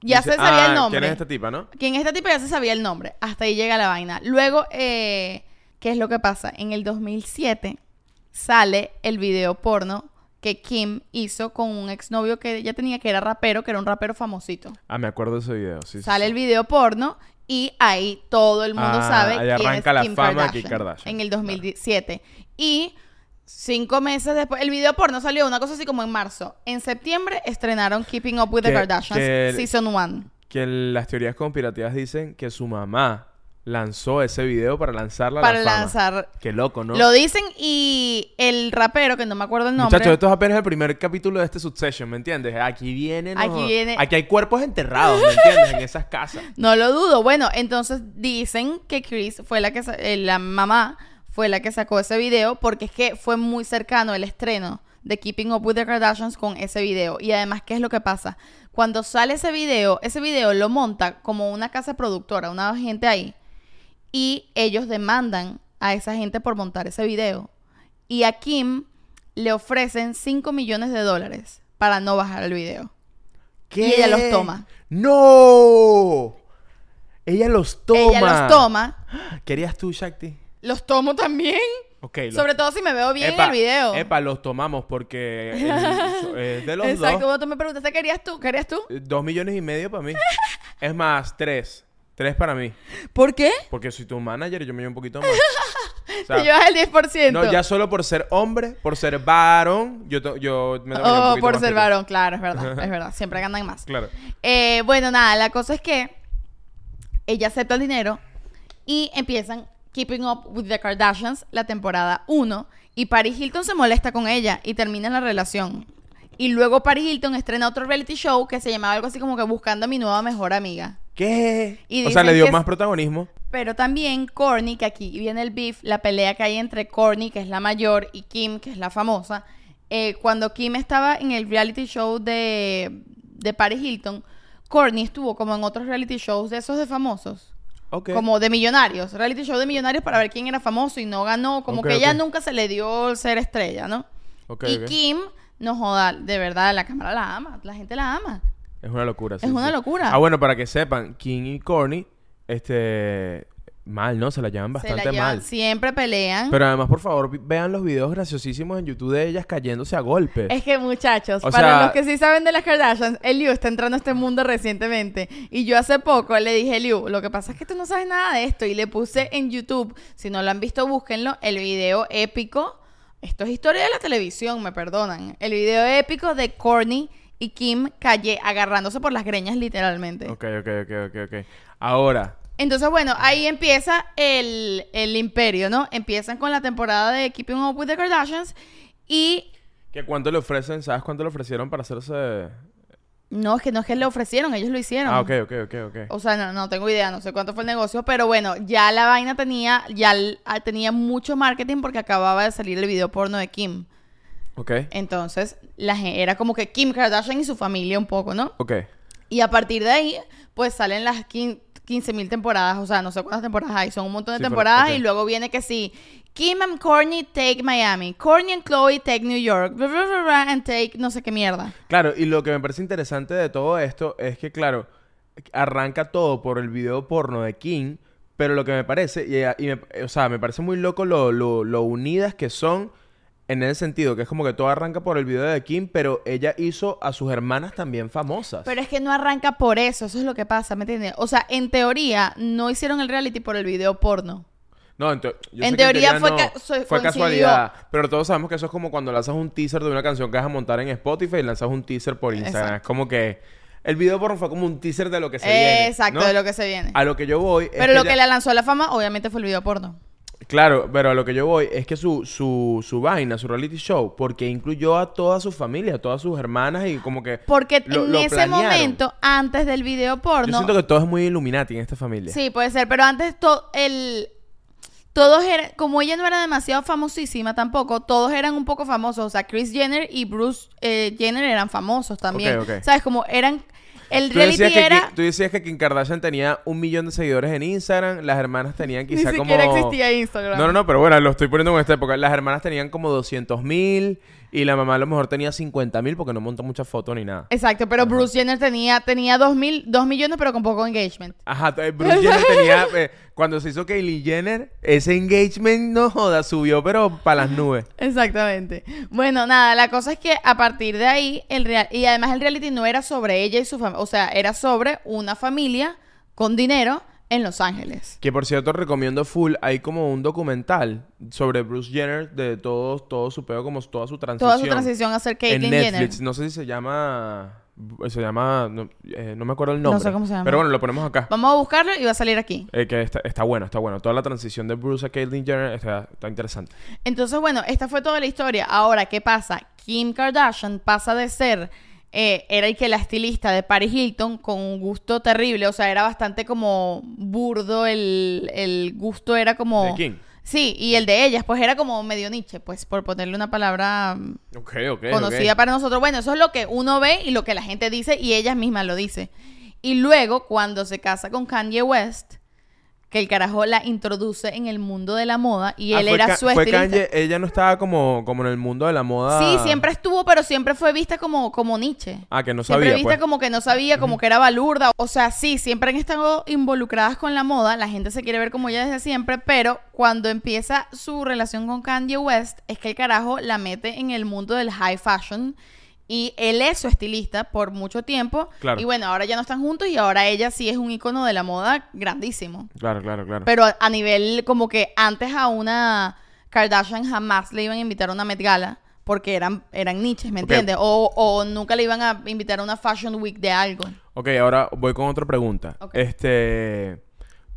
A: ya
B: Dice,
A: se sabía
B: ah,
A: el nombre.
B: ¿Quién es esta tipa, no?
A: Quien esta tipa ya se sabía el nombre. Hasta ahí llega la vaina. Luego, eh, ¿qué es lo que pasa? En el 2007 sale el video porno que Kim hizo con un exnovio que ella tenía, que era rapero, que era un rapero famosito.
B: Ah, me acuerdo de ese video. Sí, sí,
A: sale
B: sí.
A: el video porno y ahí todo el mundo
B: Ah,
A: sabe
B: ahí
A: quién es
B: arranca la
A: Kim
B: fama de
A: Kardashian,
B: Kim Kardashian.
A: en el 2007 y cinco meses después el video porno salió una cosa así como en marzo en septiembre estrenaron Keeping Up with the
B: Que-
A: Kardashians
B: que-
A: season 1
B: Que las teorías conspirativas dicen que su mamá lanzó ese video para lanzarla a
A: para
B: la fama.
A: lanzar
B: Qué loco, ¿no?
A: lo dicen y el rapero que no me acuerdo el nombre
B: Muchachos, esto es apenas el primer capítulo de este Succession, ¿me entiendes? Aquí vienen... los-
A: Aquí viene-
B: Aquí hay cuerpos enterrados, ¿me entiendes? En esas casas.
A: No lo dudo. Bueno, entonces dicen que Chris fue la que sa- eh, la mamá fue la que sacó ese video porque es que fue muy cercano el estreno de Keeping Up with the Kardashians con ese video. Y además, ¿qué es lo que pasa? Cuando sale ese video, ese video lo monta como una casa productora, una gente ahí, y ellos demandan a esa gente por montar ese video. Y a Kim le ofrecen 5 millones de dólares para no bajar el video. Y ella los toma.
B: ¡No! Ella los toma.
A: Ella los toma,
B: ¿Querías tú, Shakti?
A: los tomo también.
B: Ok. los-
A: Sobre todo si me veo bien en el video.
B: Epa, los tomamos porque
A: [laughs]
B: el- es de los
A: Exacto,
B: dos.
A: vos tú me preguntaste, ¿querías tú? ¿Querías tú?
B: eh, Dos millones y medio para mí. Es más, tres. Tres para mí.
A: ¿Por [laughs] qué?
B: Porque soy tu manager y yo me llevo un poquito más.
A: [laughs]
B: O sea,
A: Te llevas el 10%.
B: no, ya solo por ser hombre, por ser varón, yo, to- yo me tengo que llevar un
A: Oh,
B: poquito
A: por
B: más que
A: ser
B: tú.
A: varón, claro, es verdad, es verdad.
B: [laughs]
A: Siempre ganan más.
B: Claro.
A: Eh, bueno, nada, la cosa es que ella acepta el dinero y empiezan Keeping Up with the Kardashians, la temporada 1, y Paris Hilton se molesta con ella y termina la relación. Y luego Paris Hilton estrena otro reality show que se llamaba algo así como que Buscando a mi nueva mejor amiga.
B: ¿Qué?
A: Y
B: o sea, le
A: dicen
B: dio
A: que
B: más
A: es-
B: protagonismo.
A: Pero también Corny, que aquí viene el beef, la pelea que hay entre Corny, que es la mayor, y Kim, que es la famosa. Eh, cuando Kim estaba en el reality show de, de Paris Hilton, Corny estuvo como en otros reality shows de esos de famosos.
B: Ok.
A: Como de millonarios, reality show de millonarios para ver quién era famoso y no ganó, como
B: Ok,
A: que ella
B: ok.
A: nunca se le dio el ser estrella, ¿no?
B: Ok,
A: y
B: ok.
A: Kim, no joda, de verdad, la cámara la ama, la gente la ama.
B: Es una locura. sí,
A: Es una
B: sí.
A: locura.
B: Ah, bueno, para que sepan, King y Corny, este. Mal, ¿no? Se la llevan bastante
A: se la llevan,
B: mal.
A: siempre pelean.
B: Pero además, por favor, vi- vean los videos graciosísimos en YouTube de ellas cayéndose a golpes.
A: Es que muchachos,
B: O
A: para
B: sea-
A: los que sí saben de las Kardashians, Eliu está entrando a este mundo recientemente. Y yo hace poco le dije, Eliu, lo que pasa es que tú no sabes nada de esto. Y le puse en YouTube, si no lo han visto, búsquenlo, el video épico. Esto es historia de la televisión, me perdonan. El video épico de Corny y Kim Calle agarrándose por las greñas literalmente.
B: Ok, ok, ok, ok, ok. Ahora,
A: Entonces, bueno, ahí empieza el, el imperio, ¿no? Empiezan con la temporada de Keeping Up with the Kardashians y
B: ¿que ¿cuánto le ofrecen? ¿Sabes cuánto le ofrecieron para hacerse
A: No, es que no es que le ofrecieron, ellos lo hicieron.
B: Ah, ok, ok, ok, ok.
A: O sea, no, no tengo idea, no sé cuánto fue el negocio, pero bueno, ya la vaina tenía, ya l- ah, tenía mucho marketing porque acababa de salir el video porno de Kim.
B: Ok.
A: Entonces, la gen- era como que Kim Kardashian y su familia un poco, ¿no?
B: Ok.
A: Y a partir de ahí, pues salen las 15.000 temporadas, o sea, no sé cuántas temporadas hay, son un montón de
B: Sí, pero-
A: temporadas
B: ok.
A: y luego viene que sí, Kim and Courtney take Miami, Courtney and Chloe take New York, blah, blah, blah, blah, and take no sé qué mierda.
B: Claro, y lo que me parece interesante de todo esto es que, claro, arranca todo por el video porno de King, pero lo que me parece, y, y me- o sea, me parece muy loco lo, lo- lo unidas que son en ese sentido, que es como que todo arranca por el video de King, pero ella hizo a sus hermanas también famosas.
A: Pero es que no arranca por eso, eso es lo que pasa, ¿me entiendes? O sea, en teoría no hicieron el reality por el video porno.
B: No, en, teo- yo
A: En
B: sé que
A: teoría fue
B: no,
A: ca- so-
B: fue
A: coincidió.
B: casualidad. Pero todos sabemos que eso es como cuando lanzas un teaser de una canción que vas a montar en Spotify y lanzas un teaser por Instagram.
A: Exacto.
B: Es como que el video porno fue como un teaser de lo que se viene.
A: Exacto,
B: ¿no?
A: de lo que se viene.
B: A lo que yo voy. es
A: Pero lo
B: ya-
A: que la lanzó a la fama, obviamente, fue el video porno.
B: Claro, pero a lo que yo voy es que su, su, su vaina, su reality show, porque incluyó a toda su familia, a todas sus hermanas y como que.
A: Porque
B: Lo-
A: en
B: lo
A: ese
B: planearon.
A: momento, antes del video
B: Yo
A: porno,
B: siento que todo es muy Illuminati en esta familia.
A: Sí, puede ser, pero antes todo el todos eran como ella no era demasiado famosísima tampoco, todos eran un poco famosos, o sea, Chris Jenner y Bruce eh, Jenner eran famosos también.
B: Ok, ok.
A: ¿Sabes? Como eran el
B: Tú decías,
A: reality
B: que,
A: era
B: Ki- tú decías que Kim Kardashian tenía un millón de seguidores en Instagram, las hermanas tenían
A: [laughs] ni
B: quizá como.
A: siquiera existía Instagram.
B: No, no, no, pero bueno, lo estoy poniendo en esta época. Las hermanas tenían como 200 mil y la mamá a lo mejor tenía 50 mil porque no monta muchas fotos ni nada.
A: Exacto, pero Bruce Jenner tenía tenía 2 mil, dos millones pero con poco engagement.
B: Ajá, t- eh, Bruce Jenner
A: [laughs]
B: tenía. eh, cuando se hizo Kylie Jenner, ese engagement no joda, subió, pero para las nubes.
A: Exactamente. Bueno, nada, la cosa es que a partir de ahí, el real y además el reality no era sobre ella y su familia, o sea, era sobre una familia con dinero en Los Ángeles.
B: Que por cierto, recomiendo full. Hay como un documental sobre Bruce Jenner de todo, todo su pedo, como toda su transición.
A: Toda su transición a ser Caitlyn
B: en Netflix.
A: Jenner.
B: No sé si se llama. Se llama. No, eh, no me acuerdo el nombre.
A: sé cómo se llama.
B: Pero bueno, lo ponemos acá.
A: Vamos a buscarlo y va a salir aquí.
B: Eh, que está, está bueno, está bueno. Toda la transición de Bruce a Caitlyn Jenner está, está interesante.
A: Entonces, bueno, esta fue toda la historia. Ahora, ¿qué pasa? Kim Kardashian pasa de ser, eh, era el que la estilista de Paris Hilton con un gusto terrible, o sea, era bastante como burdo, el, el gusto era como...
B: De Kim.
A: Sí, y el de ellas, pues era como medio Nietzsche, pues por ponerle una palabra mm,
B: Ok, ok.
A: conocida para nosotros. Bueno, eso es lo que uno ve y lo que la gente dice y ella misma lo dice. Y luego, cuando se casa con Kanye West, que el carajo la introduce en el mundo de la moda y él era su
B: Ah, Fue
A: estilista.
B: Kanye, ella no estaba como, como en el mundo de la moda.
A: Sí, siempre estuvo, pero siempre fue vista como, como Nietzsche.
B: Ah, que no
A: Siempre
B: sabía.
A: vista
B: pues.
A: como que no sabía, como que era balurda. O sea, sí, siempre han estado involucradas con la moda. La gente se quiere ver como ella desde siempre, pero cuando empieza su relación con Kanye West, es que el carajo la mete en el mundo del high fashion. Y él es su estilista por mucho tiempo.
B: Claro.
A: Y bueno, ahora ya no están juntos y ahora ella sí es un icono de la moda grandísimo.
B: Claro, claro, claro.
A: Pero a, a nivel como que antes a una Kardashian jamás le iban a invitar a una Met Gala porque eran eran niches, ¿me
B: Ok.
A: entiendes? O, o nunca le iban a invitar a una Fashion Week de algo.
B: Ok, ahora voy con otra pregunta.
A: Ok.
B: Este.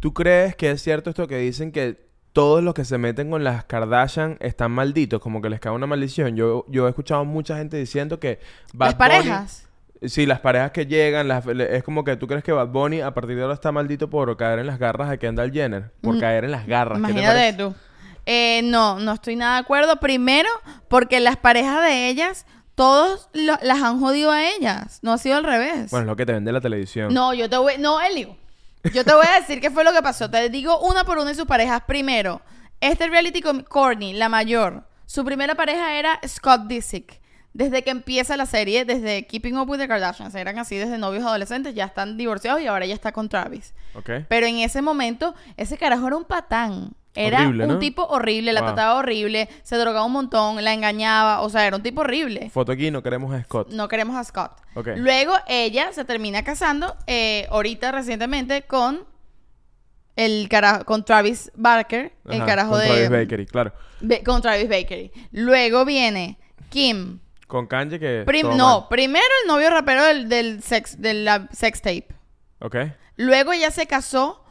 B: ¿Tú crees que es cierto esto que dicen que todos los que se meten con las Kardashian están malditos? Como que les cae una maldición. Yo, yo he escuchado mucha gente diciendo que. Bad
A: Las
B: Bunny-
A: parejas.
B: Sí, las parejas que llegan, las- le- es como que tú crees que Bad Bunny a partir de ahora está maldito por caer en las garras de Kendall Jenner. Por
A: Mm.
B: caer en las garras. ¿Qué te
A: Imagínate
B: parece?
A: tú. Eh, no, no estoy nada de acuerdo. Primero, porque las parejas de ellas, todos lo- las han jodido a ellas. No ha sido al revés.
B: Bueno, es lo que te vende la televisión.
A: No, yo te voy, no, Elio. Yo te voy a decir qué fue lo que pasó. Te digo una por una y sus parejas. Primero, este reality con Courtney, la mayor, su primera pareja era Scott Disick. Desde que empieza la serie, desde Keeping Up with the Kardashians, eran así desde novios adolescentes, ya están divorciados y ahora ya está con Travis.
B: ¿Ok?
A: Pero en ese momento, ese carajo era un patán. Era
B: Horrible,
A: un
B: ¿no?
A: tipo horrible, la
B: Wow.
A: trataba horrible, se drogaba un montón, la engañaba, o sea, era un tipo horrible
B: Foto aquí, no queremos a Scott.
A: no queremos a Scott.
B: Ok.
A: Luego ella se termina casando eh, ahorita recientemente con el carajo, con Travis Barker, el
B: Ajá,
A: carajo
B: con
A: de
B: Travis Bakery, claro.
A: Be- con Travis Bakery. Luego viene Kim.
B: Con Kanye que.
A: Prim-
B: todo
A: no,
B: mal.
A: primero el novio rapero del, del sex de la sex tape.
B: Ok.
A: Luego ella se casó,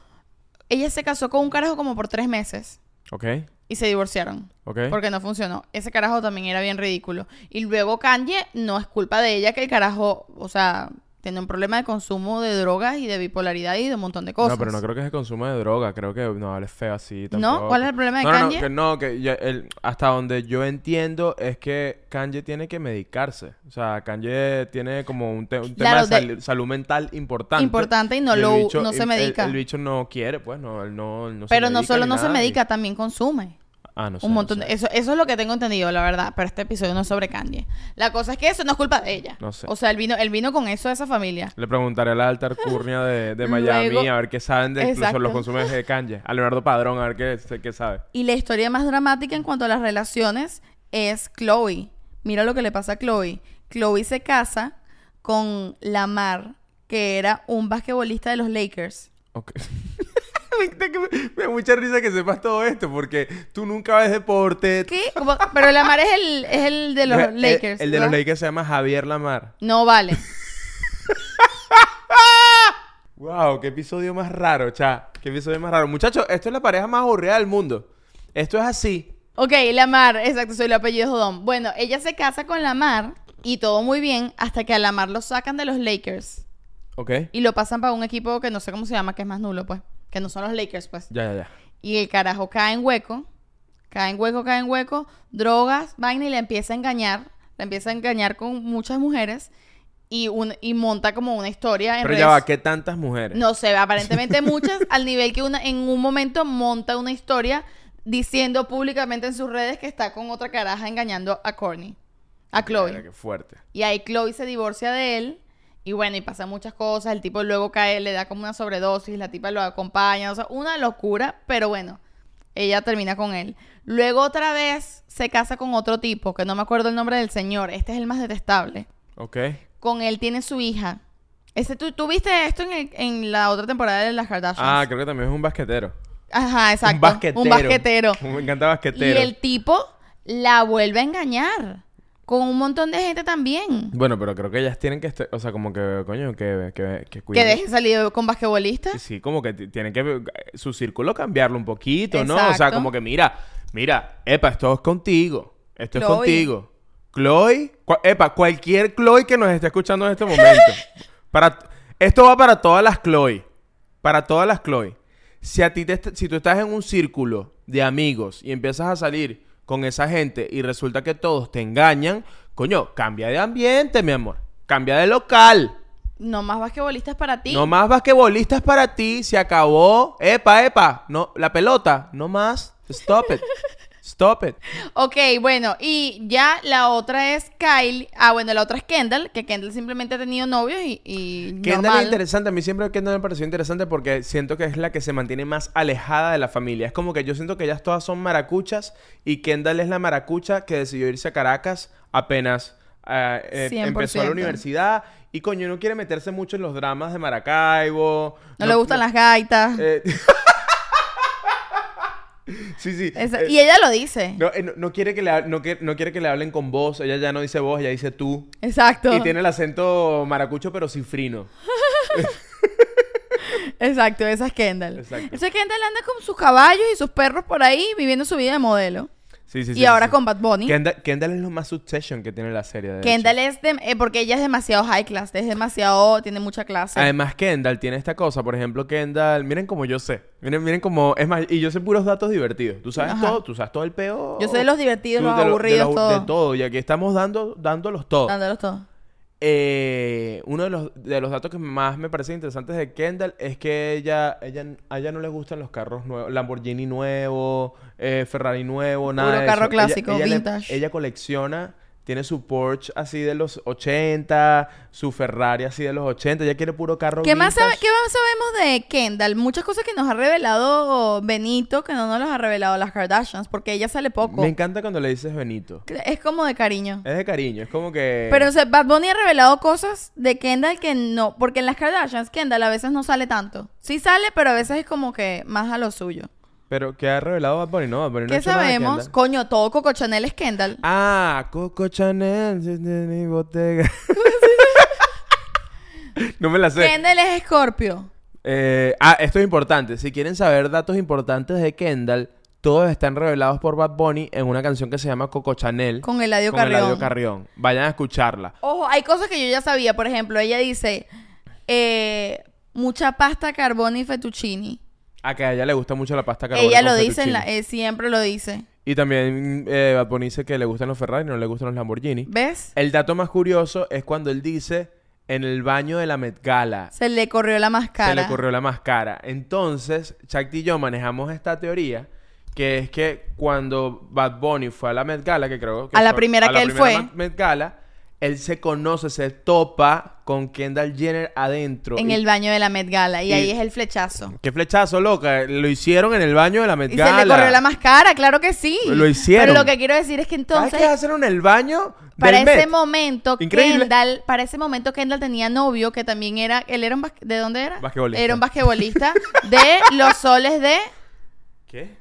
A: ella se casó con un carajo como por tres meses
B: Ok.
A: y se divorciaron.
B: Ok.
A: Porque no funcionó. Ese carajo también era bien ridículo. Y luego Kanye, no es culpa de ella que el carajo, o sea, tiene un problema de consumo de drogas y de bipolaridad y de un montón de cosas.
B: No, pero no creo que es el consumo de droga. Creo que no, él es feo así.
A: ¿No?
B: tampoco.
A: ¿Cuál es el problema de
B: No, no,
A: Kanye?
B: No, que, no, que ya él- hasta donde yo entiendo es que Kanye tiene que medicarse. O sea, Kanye tiene como un, te- un tema
A: Claro,
B: de,
A: de-
B: sal- salud mental importante.
A: Importante y no
B: el
A: lo- no se
B: el- el-
A: medica.
B: El, bicho no quiere, pues, no, él no, él no se
A: pero no
B: medica
A: solo
B: ni
A: no se
B: nada, y-
A: medica, también consume.
B: Ah, no sé,
A: un
B: no
A: montón
B: sé.
A: de- eso eso es lo que tengo entendido la verdad pero este episodio no es sobre Kanye la cosa es que eso no es culpa de ella
B: No sé.
A: o sea él vino él vino con eso de esa familia
B: Le preguntaré a la alta alcurnia de,
A: [laughs]
B: de Miami
A: Luego-
B: a ver qué saben de incluso
A: Exacto.
B: los consumidores de Kanye. A Leonardo Padrón, a ver qué, qué sabe.
A: y la historia más dramática en cuanto a las relaciones es Chloe mira lo que le pasa a Chloe Chloe se casa con Lamar que era un basquetbolista de los Lakers
B: [laughs] Ok. me, me- me da mucha risa que sepas todo esto porque tú nunca ves deporte.
A: ¿Qué? ¿Cómo? pero Lamar es el es el de los
B: No, [laughs] el-
A: Lakers
B: El, de los
A: ¿verdad?
B: Lakers se llama Javier Lamar.
A: no vale
B: Wow, qué episodio más raro, cha. Qué episodio más raro. Muchachos, esto es la pareja más aburrida del mundo. Esto es así.
A: Ok, Lamar, exacto, soy el apellido Jodón. Bueno, ella se casa con Lamar y todo muy bien hasta que a Lamar lo sacan de los Lakers
B: Ok.
A: y lo pasan para un equipo que no sé cómo se llama, que es más nulo, pues, que no son los Lakers, pues.
B: Ya, ya, ya.
A: Y el carajo cae en hueco, cae en hueco, cae en hueco, drogas, vaina y le empieza a engañar, le empieza a engañar con muchas mujeres y, un, y monta como una historia en
B: Pero
A: redes
B: ya va, ¿qué tantas mujeres?
A: no sé, aparentemente [laughs] muchas, al nivel que una, en un momento monta una historia diciendo públicamente en sus redes que está con otra caraja engañando a Courtney, a
B: Mira,
A: Chloe.
B: Qué fuerte.
A: Y ahí Chloe se divorcia de él. Y bueno, y pasan muchas cosas. El tipo luego cae, le da como una sobredosis, la tipa lo acompaña. O sea, una locura, pero bueno, ella termina con él. Luego otra vez se casa con otro tipo, que no me acuerdo el nombre del señor. Este es el más detestable
B: Ok.
A: con él tiene su hija. Ese, ¿tú, tú viste esto en, el- en la otra temporada de las Kardashians?
B: Ah, creo que también es un basquetero.
A: Ajá, exacto.
B: Un basquetero.
A: Un basquetero.
B: [laughs] Me encanta
A: Y
B: basquetero.
A: el tipo la vuelve a engañar con un montón de gente también.
B: Bueno, pero creo que ellas tienen que... este- O sea, como que, coño, que, que, que
A: Que
B: cuiden-
A: deje salir con basquetbolistas.
B: Sí, como que t- tienen que eh, su círculo cambiarlo un poquito, ¿no? O sea,
A: Exacto.
B: como que mira, mira, epa, esto es contigo. Esto es
A: Chloe.
B: contigo. Chloe, cua- epa, cualquier Chloe que nos esté escuchando en
A: [laughs]
B: este momento. para esto va para todas las Chloe. Para todas las Chloe. Si a ti te est- si tú estás en un círculo de amigos y empiezas a salir con esa gente y resulta que todos te engañan, coño, cambia de ambiente, mi amor. Cambia de local.
A: No más basquetbolistas para ti.
B: No más basquetbolistas para ti, se acabó. Epa, epa, no, la pelota, no más. Stop
A: [laughs]
B: it. Stop it.
A: Ok, bueno, y ya la otra es Kyle. Ah, bueno, la otra es Kendall, que Kendall simplemente ha tenido novios y, y
B: Kendall es
A: normal.
B: interesante, a mí siempre Kendall me pareció interesante porque siento que es la que se mantiene más alejada de la familia. Es como que yo siento que ellas todas son maracuchas y Kendall es la maracucha que decidió irse a Caracas apenas eh, eh,
A: 100%.
B: empezó la universidad y coño, no quiere meterse mucho en los dramas de Maracaibo.
A: No, le gustan las gaitas.
B: eh, [laughs] sí, sí.
A: Esa-
B: eh,
A: y ella lo dice.
B: No, eh, no, no quiere que le, ha- no, que- no quiere que le hablen con vos. Ella ya no dice vos, ella dice tú.
A: Exacto.
B: Y tiene el acento maracucho, pero cifrino.
A: Exacto, esa es Kendall.
B: Exacto.
A: Esa Kendall anda con sus caballos y sus perros por ahí viviendo su vida de modelo.
B: Sí, sí,
A: y ahora con Bad Bunny. Kendall,
B: Kendall, Kendall es lo más succession que tiene la serie. de hecho.
A: es de- eh, porque ella es demasiado high class, es demasiado, tiene mucha clase.
B: Además, Kendall tiene esta cosa. Por ejemplo, Kendall, miren como yo sé. Miren, miren como. Es más, y yo sé puros datos divertidos. Tú sabes
A: Ajá.
B: todo, tú sabes todo el peo.
A: Yo sé de los divertidos,
B: Tú
A: los
B: de lo- de
A: aburridos,
B: los-
A: todo.
B: De todo. Y aquí estamos dando, dándolos todos.
A: Dándolos todo.
B: Eh, uno de los, de los datos que más me parecen interesantes de Kendall es que ella, ella, a ella no le gustan los carros nuevos, Lamborghini nuevo, eh, Ferrari nuevo, nada
A: Puro
B: de
A: carro
B: eso. Ella-
A: clásico,
B: ella le-
A: vintage.
B: ella colecciona, tiene su Porsche así de los 80, su Ferrari así de los 80, ella quiere puro carro
A: ¿Qué más, sabe-
B: vintage.
A: ¿Qué más sabemos de Kendall? Muchas cosas que nos ha revelado Benito, que no nos las ha revelado las Kardashians, porque ella sale poco.
B: Me Eh. encanta cuando le dices Benito.
A: Es como de cariño.
B: Es de cariño, es como que...
A: Pero o sea, Bad Bunny ha revelado cosas de Kendall que no, porque en las Kardashians Kendall a veces no sale tanto. Sí sale, pero a veces es como que más a lo suyo.
B: Pero que ha revelado Bad Bunny, no, Bad Bunny no ha
A: ¿Qué
B: hecho nada de
A: sabemos?
B: Kendall.
A: Coño, todo Coco Chanel es Kendall.
B: Ah, Coco Chanel si de
A: [laughs]
B: mi botega. [laughs] no me la sé.
A: Kendall es Scorpio.
B: Eh, ah, esto es importante. Si quieren saber datos importantes de Kendall, todos están revelados por Bad Bunny en una canción que se llama Coco Chanel.
A: Con Eladio
B: con Eladio
A: Carrión.
B: Carrión. Vayan a escucharla.
A: Ojo, hay cosas que yo ya sabía. Por ejemplo, ella dice eh, mucha pasta, carbón y fettuccini.
B: A que a ella le gusta mucho la pasta carbonara
A: Ella
B: con
A: lo dice, en la-
B: fettuccine.
A: eh, siempre lo dice.
B: Y también eh, Bad Bunny dice que le gustan los Ferrari, no le gustan los Lamborghini.
A: ¿Ves?
B: El dato más curioso es cuando él dice en el baño de la Met Gala.
A: Se le corrió la máscara.
B: Se le corrió la más cara. Entonces, Chakti y yo manejamos esta teoría que es que cuando Bad Bunny fue a la Met Gala, que creo que
A: A la
B: fue-
A: primera que él fue.
B: Ma- Met Gala, él se conoce, se topa con Kendall Jenner adentro.
A: En
B: Y-
A: el baño de la Met Gala. Y,
B: y-
A: ahí es el flechazo.
B: Qué flechazo, loca. Lo hicieron en el baño de la Met
A: Y
B: Gala.
A: se le corrió la máscara, claro que sí.
B: Lo hicieron.
A: Pero lo que quiero decir es que
B: ¿Sabes
A: entonces,
B: qué hacen en el baño? del
A: para ese
B: Met?
A: momento,
B: Increíble.
A: Kendall, para ese momento Kendall tenía novio que también era, él era un basque- ¿de dónde era?
B: Basquetbolista.
A: Era un basquetbolista
B: [laughs]
A: de los soles de,
B: ¿Qué?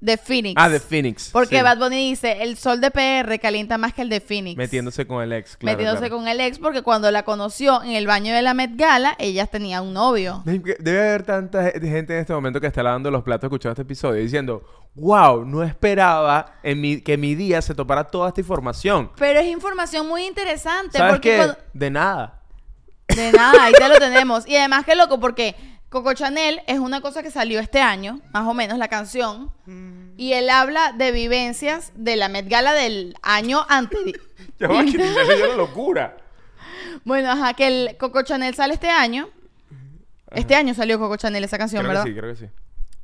A: de Phoenix.
B: Ah, de Phoenix.
A: Porque
B: sí.
A: Bad Bunny dice, el sol de PR calienta más que el de Phoenix.
B: Metiéndose con el ex, claro.
A: Metiéndose
B: claro.
A: con el ex porque cuando la conoció en el baño de la Met Gala, ellas tenían un novio.
B: Debe debe haber tanta ge- gente en este momento que está lavando los platos escuchando este episodio diciendo, wow, no esperaba en mi- que mi día se topara toda esta información.
A: Pero es información muy interesante
B: ¿Sabes
A: porque
B: qué?
A: cuando- [laughs]
B: De nada.
A: De nada, ahí te lo tenemos. Y además, qué loco, porque Coco Chanel es una cosa que salió este año, más o menos, la canción. Y él habla de vivencias de la Met Gala del año anterior.
B: [laughs] Ya va, que Nintendo dio la locura.
A: bueno, ajá, que el Coco Chanel sale este año. Este año salió Coco Chanel esa canción,
B: Creo
A: ¿verdad?
B: que sí, creo que sí.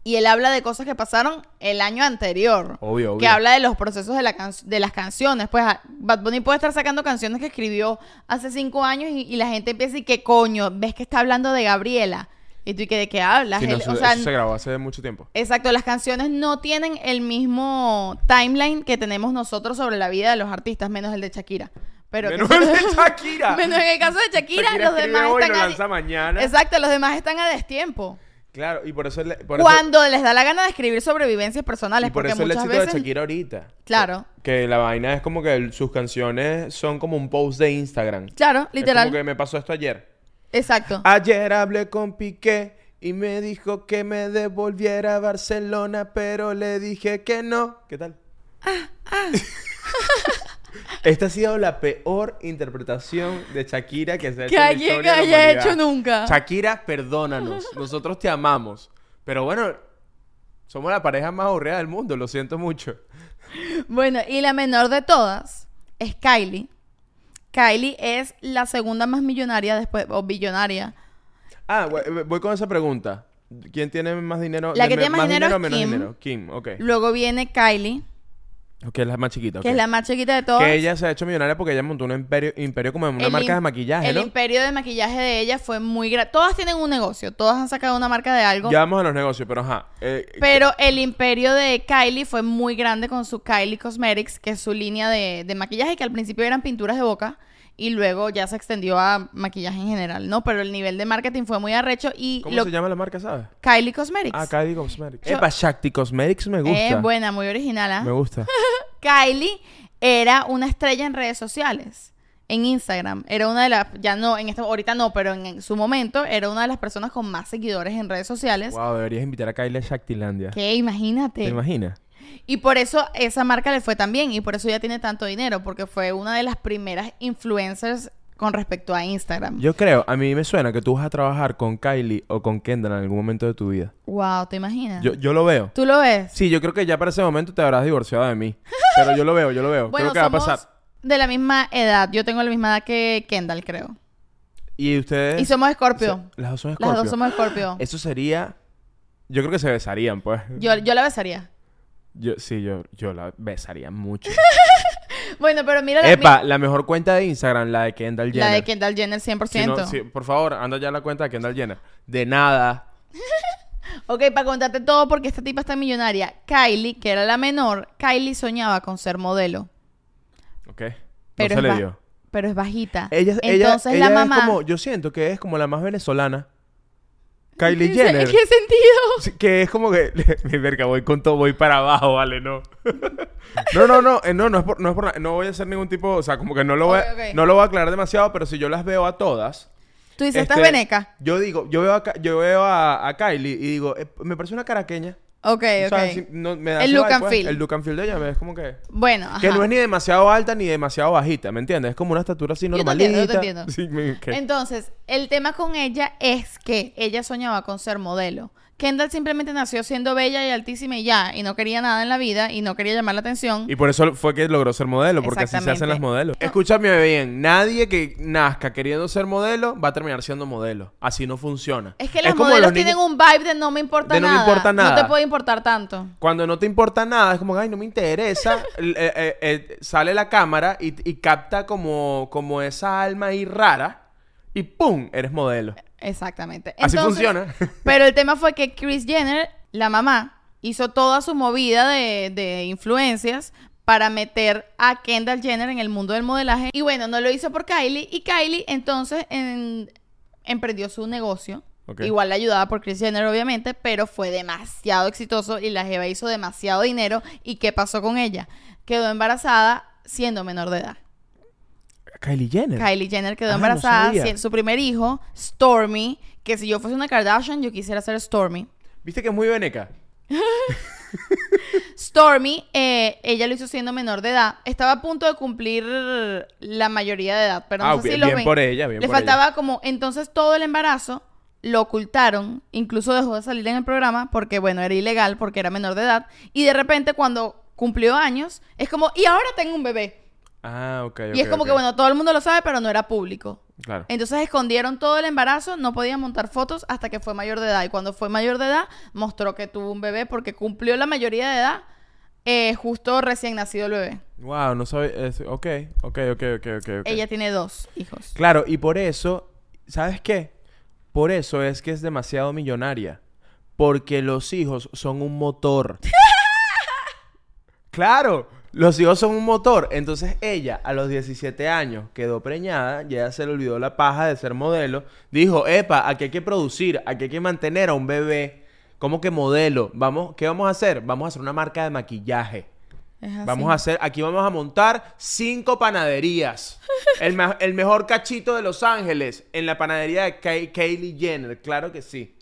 A: Y él habla de cosas que pasaron el año anterior.
B: Obvio, obvio.
A: Que habla de los procesos de, la can- de las canciones. Pues a- Bad Bunny puede estar sacando canciones que escribió hace cinco años y, y la gente empieza y que coño, ves que está hablando de Gabriela. Y tú y que de qué hablas.
B: Sí, no,
A: Él-
B: eso,
A: o sea,
B: eso se grabó hace mucho tiempo.
A: exacto, las canciones no tienen el mismo timeline que tenemos nosotros sobre la vida de los artistas, menos el de Shakira. Pero que- [laughs]
B: Menos el de Shakira.
A: menos en el caso de Shakira,
B: Shakira
A: los
B: escribe
A: demás
B: hoy,
A: están
B: lo
A: a-
B: lanza mañana.
A: Exacto, los demás están a destiempo.
B: Claro, y por eso... le- por eso-
A: Cuando les da la gana de escribir sobre vivencias personales,
B: y por
A: porque
B: eso el
A: muchas
B: éxito de
A: veces
B: Shakira ahorita.
A: Claro.
B: Que la vaina es como que el- sus canciones son como un post de Instagram.
A: Claro,
B: Es
A: literal.
B: como que me pasó esto ayer.
A: Exacto.
B: Ayer hablé con Piqué y me dijo que me devolviera a Barcelona, pero le dije que no. ¿Qué tal? [laughs] Esta ha sido la peor interpretación de Shakira que se ha hecho
A: Que
B: en la
A: alguien
B: historia de la
A: haya
B: humanidad.
A: hecho nunca.
B: Shakira, perdónanos. Nosotros te amamos. Pero bueno, somos la pareja más aburrida del mundo. Lo siento mucho.
A: Bueno, y la menor de todas es Kylie. Kylie es la segunda más millonaria después, o billonaria.
B: Ah, voy, voy con esa pregunta. ¿Quién tiene más dinero?
A: La que
B: de-
A: tiene más dinero
B: o
A: es
B: menos
A: Kim.
B: dinero? Kim, ok.
A: Luego viene Kylie,
B: Ok, es la más chiquita.
A: que es
B: ok.
A: la más chiquita de todas.
B: Que ella se ha hecho millonaria porque ella montó un imperio, imperio como de una
A: El
B: marca
A: im-
B: de maquillaje,
A: El
B: ¿no?
A: imperio de maquillaje de ella fue muy grande. Todas tienen un negocio, todas han sacado una marca de algo.
B: Ya vamos a los negocios, pero ajá. Eh,
A: Pero el imperio de Kylie fue muy grande con su Kylie Cosmetics, que es su línea de, de maquillaje, que al principio eran pinturas de boca y luego ya se extendió a maquillaje en general, ¿no? Pero el nivel de marketing fue muy arrecho y
B: ¿Cómo
A: lo-
B: se llama la marca, sabes?
A: Kylie Cosmetics.
B: Ah, Kylie Cosmetics.
A: Yo-
B: Epa, Shakti Cosmetics me gusta.
A: Eh, buena, muy original, ¿ah?
B: Me
A: [laughs]
B: gusta.
A: Kylie era una estrella en redes sociales, en Instagram. Era una de las, ya no, en este, ahorita no, pero en, en su momento era una de las personas con más seguidores en redes sociales.
B: wow, deberías invitar a Kylie a Shaktilandia.
A: Que imagínate.
B: ¿Te imaginas?
A: Y por eso esa marca le fue tan bien y por eso ya tiene tanto dinero, porque fue una de las primeras influencers con respecto a Instagram.
B: Yo creo, a mí me suena que tú vas a trabajar con Kylie o con Kendall en algún momento de tu vida.
A: Wow, ¿te imaginas?
B: Yo, yo lo veo.
A: Ah. ¿Tú lo ves?
B: Sí, yo creo que ya para ese momento te habrás divorciado de mí. Pero yo lo veo, yo lo
A: [laughs]
B: veo.
A: bueno,
B: creo que
A: somos
B: va a pasar.
A: de la misma edad. Yo tengo la misma edad que Kendall, creo.
B: Y ustedes.
A: Y somos Scorpio.
B: Las dos son
A: Las
B: Scorpio.
A: dos somos Scorpio.
B: Eso sería. Yo creo que se besarían, pues.
A: Yo, yo la besaría.
B: Yo, sí, yo, yo la besaría mucho.
A: Bueno, pero mira [laughs] la,
B: Epa, la mejor cuenta de Instagram, la de Kendall
A: mi-
B: Jenner.
A: la de Kendall Jenner 100%.
B: Si no- si- por favor, anda ya la cuenta de Kendall Jenner. De nada.
A: Ok, para contarte todo porque esta tipa está millonaria. Kylie, que era la menor, Kylie soñaba con ser modelo.
B: Ok.
A: Pero,
B: no se
A: es,
B: le
A: ba-
B: dio.
A: pero es bajita.
B: Ella, ella-
A: Entonces
B: ella
A: la mamá...
B: Es como, yo siento que es como la más venezolana. Kylie
A: ¿En qué se-
B: Jenner.
A: ¿En qué sentido?
B: Sí, Que es como que. [laughs] Mi verga, voy con todo, voy para abajo, vale, no. [laughs] No, no, no, eh, no, no es por, no es por nada, no voy a hacer ningún tipo, o sea, como que no lo voy,
A: Ok,
B: a-
A: ok.
B: no lo voy a aclarar demasiado, pero si yo las veo a todas,
A: Tú dices, estás
B: Este,
A: veneca.
B: Yo digo, yo veo a, Ka- yo veo a, a Kylie y digo, eh, me parece una caraqueña.
A: Ok,
B: O sea,
A: ok.
B: si- no- me da
A: El
B: ese
A: look
B: vibe,
A: and
B: pues.
A: feel.
B: El look and feel de ella es como que...
A: Bueno, ajá.
B: Que no es ni demasiado alta ni demasiado bajita, ¿me entiendes? Es como una estatura así
A: te
B: normalita.
A: entiendo, yo te entiendo.
B: [laughs] Sí, me- que-
A: Entonces, el tema con ella es que ella soñaba con ser modelo. Kendall simplemente nació siendo bella y altísima y ya, y no quería nada en la vida y no quería llamar la atención.
B: Y por eso fue que logró ser modelo, porque así se hacen
A: Exactamente.
B: las modelos. Escúchame bien, nadie que nazca queriendo ser modelo va a terminar siendo modelo. Así no funciona.
A: Es que las
B: como
A: modelos
B: los niños-
A: tienen un vibe de no me importa
B: de no me
A: nada.
B: importa
A: No te
B: nada.
A: puede importar tanto.
B: Cuando no te importa nada, es como, ay, no
A: [laughs]
B: me interesa. El- eh, eh, eh, sale la cámara y, y capta como, como esa alma ahí rara y ¡pum! Eres modelo.
A: Exactamente.
B: Así
A: Entonces,
B: funciona.
A: Pero el tema fue que Chris Jenner, la mamá, hizo toda su movida de, de influencias para meter a Kendall Jenner en el mundo del modelaje. Y bueno, no lo hizo por Kylie. Y Kylie entonces en- emprendió su negocio.
B: Ok.
A: Igual la ayudaba por Chris Jenner, obviamente, pero fue demasiado exitoso y la Jeva hizo demasiado dinero. ¿Y qué pasó con ella? Quedó embarazada siendo menor de edad.
B: Kylie
A: [laughs]
B: Jenner.
A: Kylie Jenner quedó
B: Ah, no
A: embarazada,
B: sabía.
A: si- su primer hijo, Stormy, que si yo fuese una Kardashian, yo quisiera ser Stormy.
B: ¿Viste que es muy veneca?
A: Stormy, eh, ella lo hizo siendo menor de edad, estaba a punto de cumplir la mayoría de edad, pero no
B: Ah,
A: sé
B: bien,
A: si lo
B: bien
A: ven.
B: por ella, bien
A: Le
B: por
A: faltaba como, entonces todo el embarazo lo ocultaron, incluso dejó de salir en el programa porque, bueno, era ilegal porque era menor de edad, y de repente cuando cumplió años, es como, y ahora tengo un bebé.
B: Ah, ok.
A: y es como que, bueno, eh, todo el mundo lo sabe, pero no era público.
B: Claro.
A: Entonces escondieron todo el embarazo, no podían montar fotos hasta que fue mayor de edad. Y cuando fue mayor de edad, mostró que tuvo un bebé porque cumplió la mayoría de edad eh, justo recién nacido el bebé.
B: Wow, no sabe. es- ok, ok, ok, ok, ok. ok.
A: Ella tiene dos hijos.
B: Claro, y por eso, ¿sabes qué? Por eso es que es demasiado millonaria. Porque los hijos son un motor. claro, los hijos son un motor. Entonces ella, a los 17 años, quedó preñada, ya se le olvidó la paja de ser modelo. Dijo, epa, aquí hay que producir, aquí hay que mantener a un bebé. ¿Cómo que modelo? Vamos, ¿Qué vamos a hacer? Vamos a hacer una marca de maquillaje.
A: Es así.
B: Vamos a hacer, aquí vamos a montar cinco panaderías. El, ma- el mejor cachito de Los Ángeles en la panadería de Kay- Kylie Jenner, claro que sí.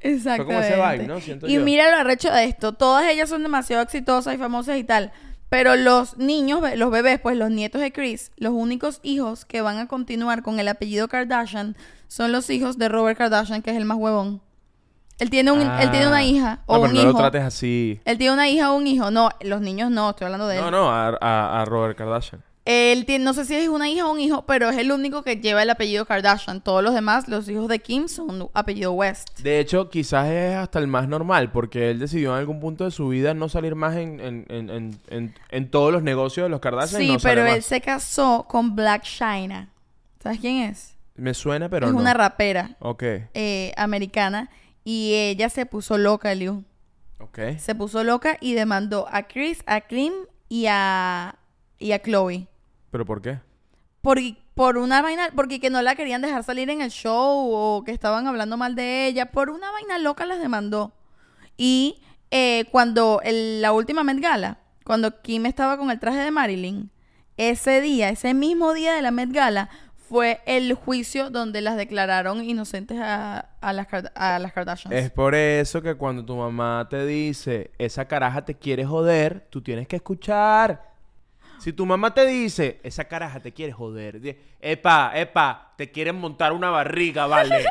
A: Exactamente.
B: como ese vibe, ¿no? Siento
A: y
B: yo.
A: mira lo arrecho de esto. Todas ellas son demasiado exitosas y famosas y tal. Pero los niños, be- los bebés, pues los nietos de Chris, los únicos hijos que van a continuar con el apellido Kardashian son los hijos de Robert Kardashian, que es el más huevón. Él tiene, un, él tiene una hija o
B: No, Ah. pero
A: un
B: no
A: hijo.
B: lo trates así.
A: Él tiene una hija o un hijo. No, los niños no, estoy hablando de él.
B: No, no, a, a- a Robert Kardashian.
A: Él tiene, no sé si es una hija o un hijo, pero es el único que lleva el apellido Kardashian. Todos los demás, los hijos de Kim, son apellido West.
B: De hecho, quizás es hasta el más normal, porque él decidió en algún punto de su vida no salir más en, en- en- en- en- en todos los negocios de los Kardashian.
A: sí,
B: no sale
A: pero
B: más.
A: él se casó con Black China. ¿Sabes quién es?
B: Me suena, pero
A: es
B: no.
A: una rapera
B: Ok,
A: eh, americana y ella se puso loca, Liu.
B: ok.
A: Se puso loca y demandó a Chris, a Kim y a, y a Chloe.
B: ¿Pero por qué?
A: por, por una vaina, porque que no la querían dejar salir en el show o que estaban hablando mal de ella, por una vaina loca las demandó. Y eh, cuando el- la última Met Gala, cuando Kim estaba con el traje de Marilyn, ese día, ese mismo día de la Met Gala, fue el juicio donde las declararon inocentes a, a las, Kar- a las Kardashians.
B: Es por eso que cuando tu mamá te dice, esa caraja te quiere joder, tú tienes que escuchar. Si tu mamá te dice, esa caraja te quiere joder, di- epa, epa, te quieren montar una
A: [laughs]
B: barriga, vale.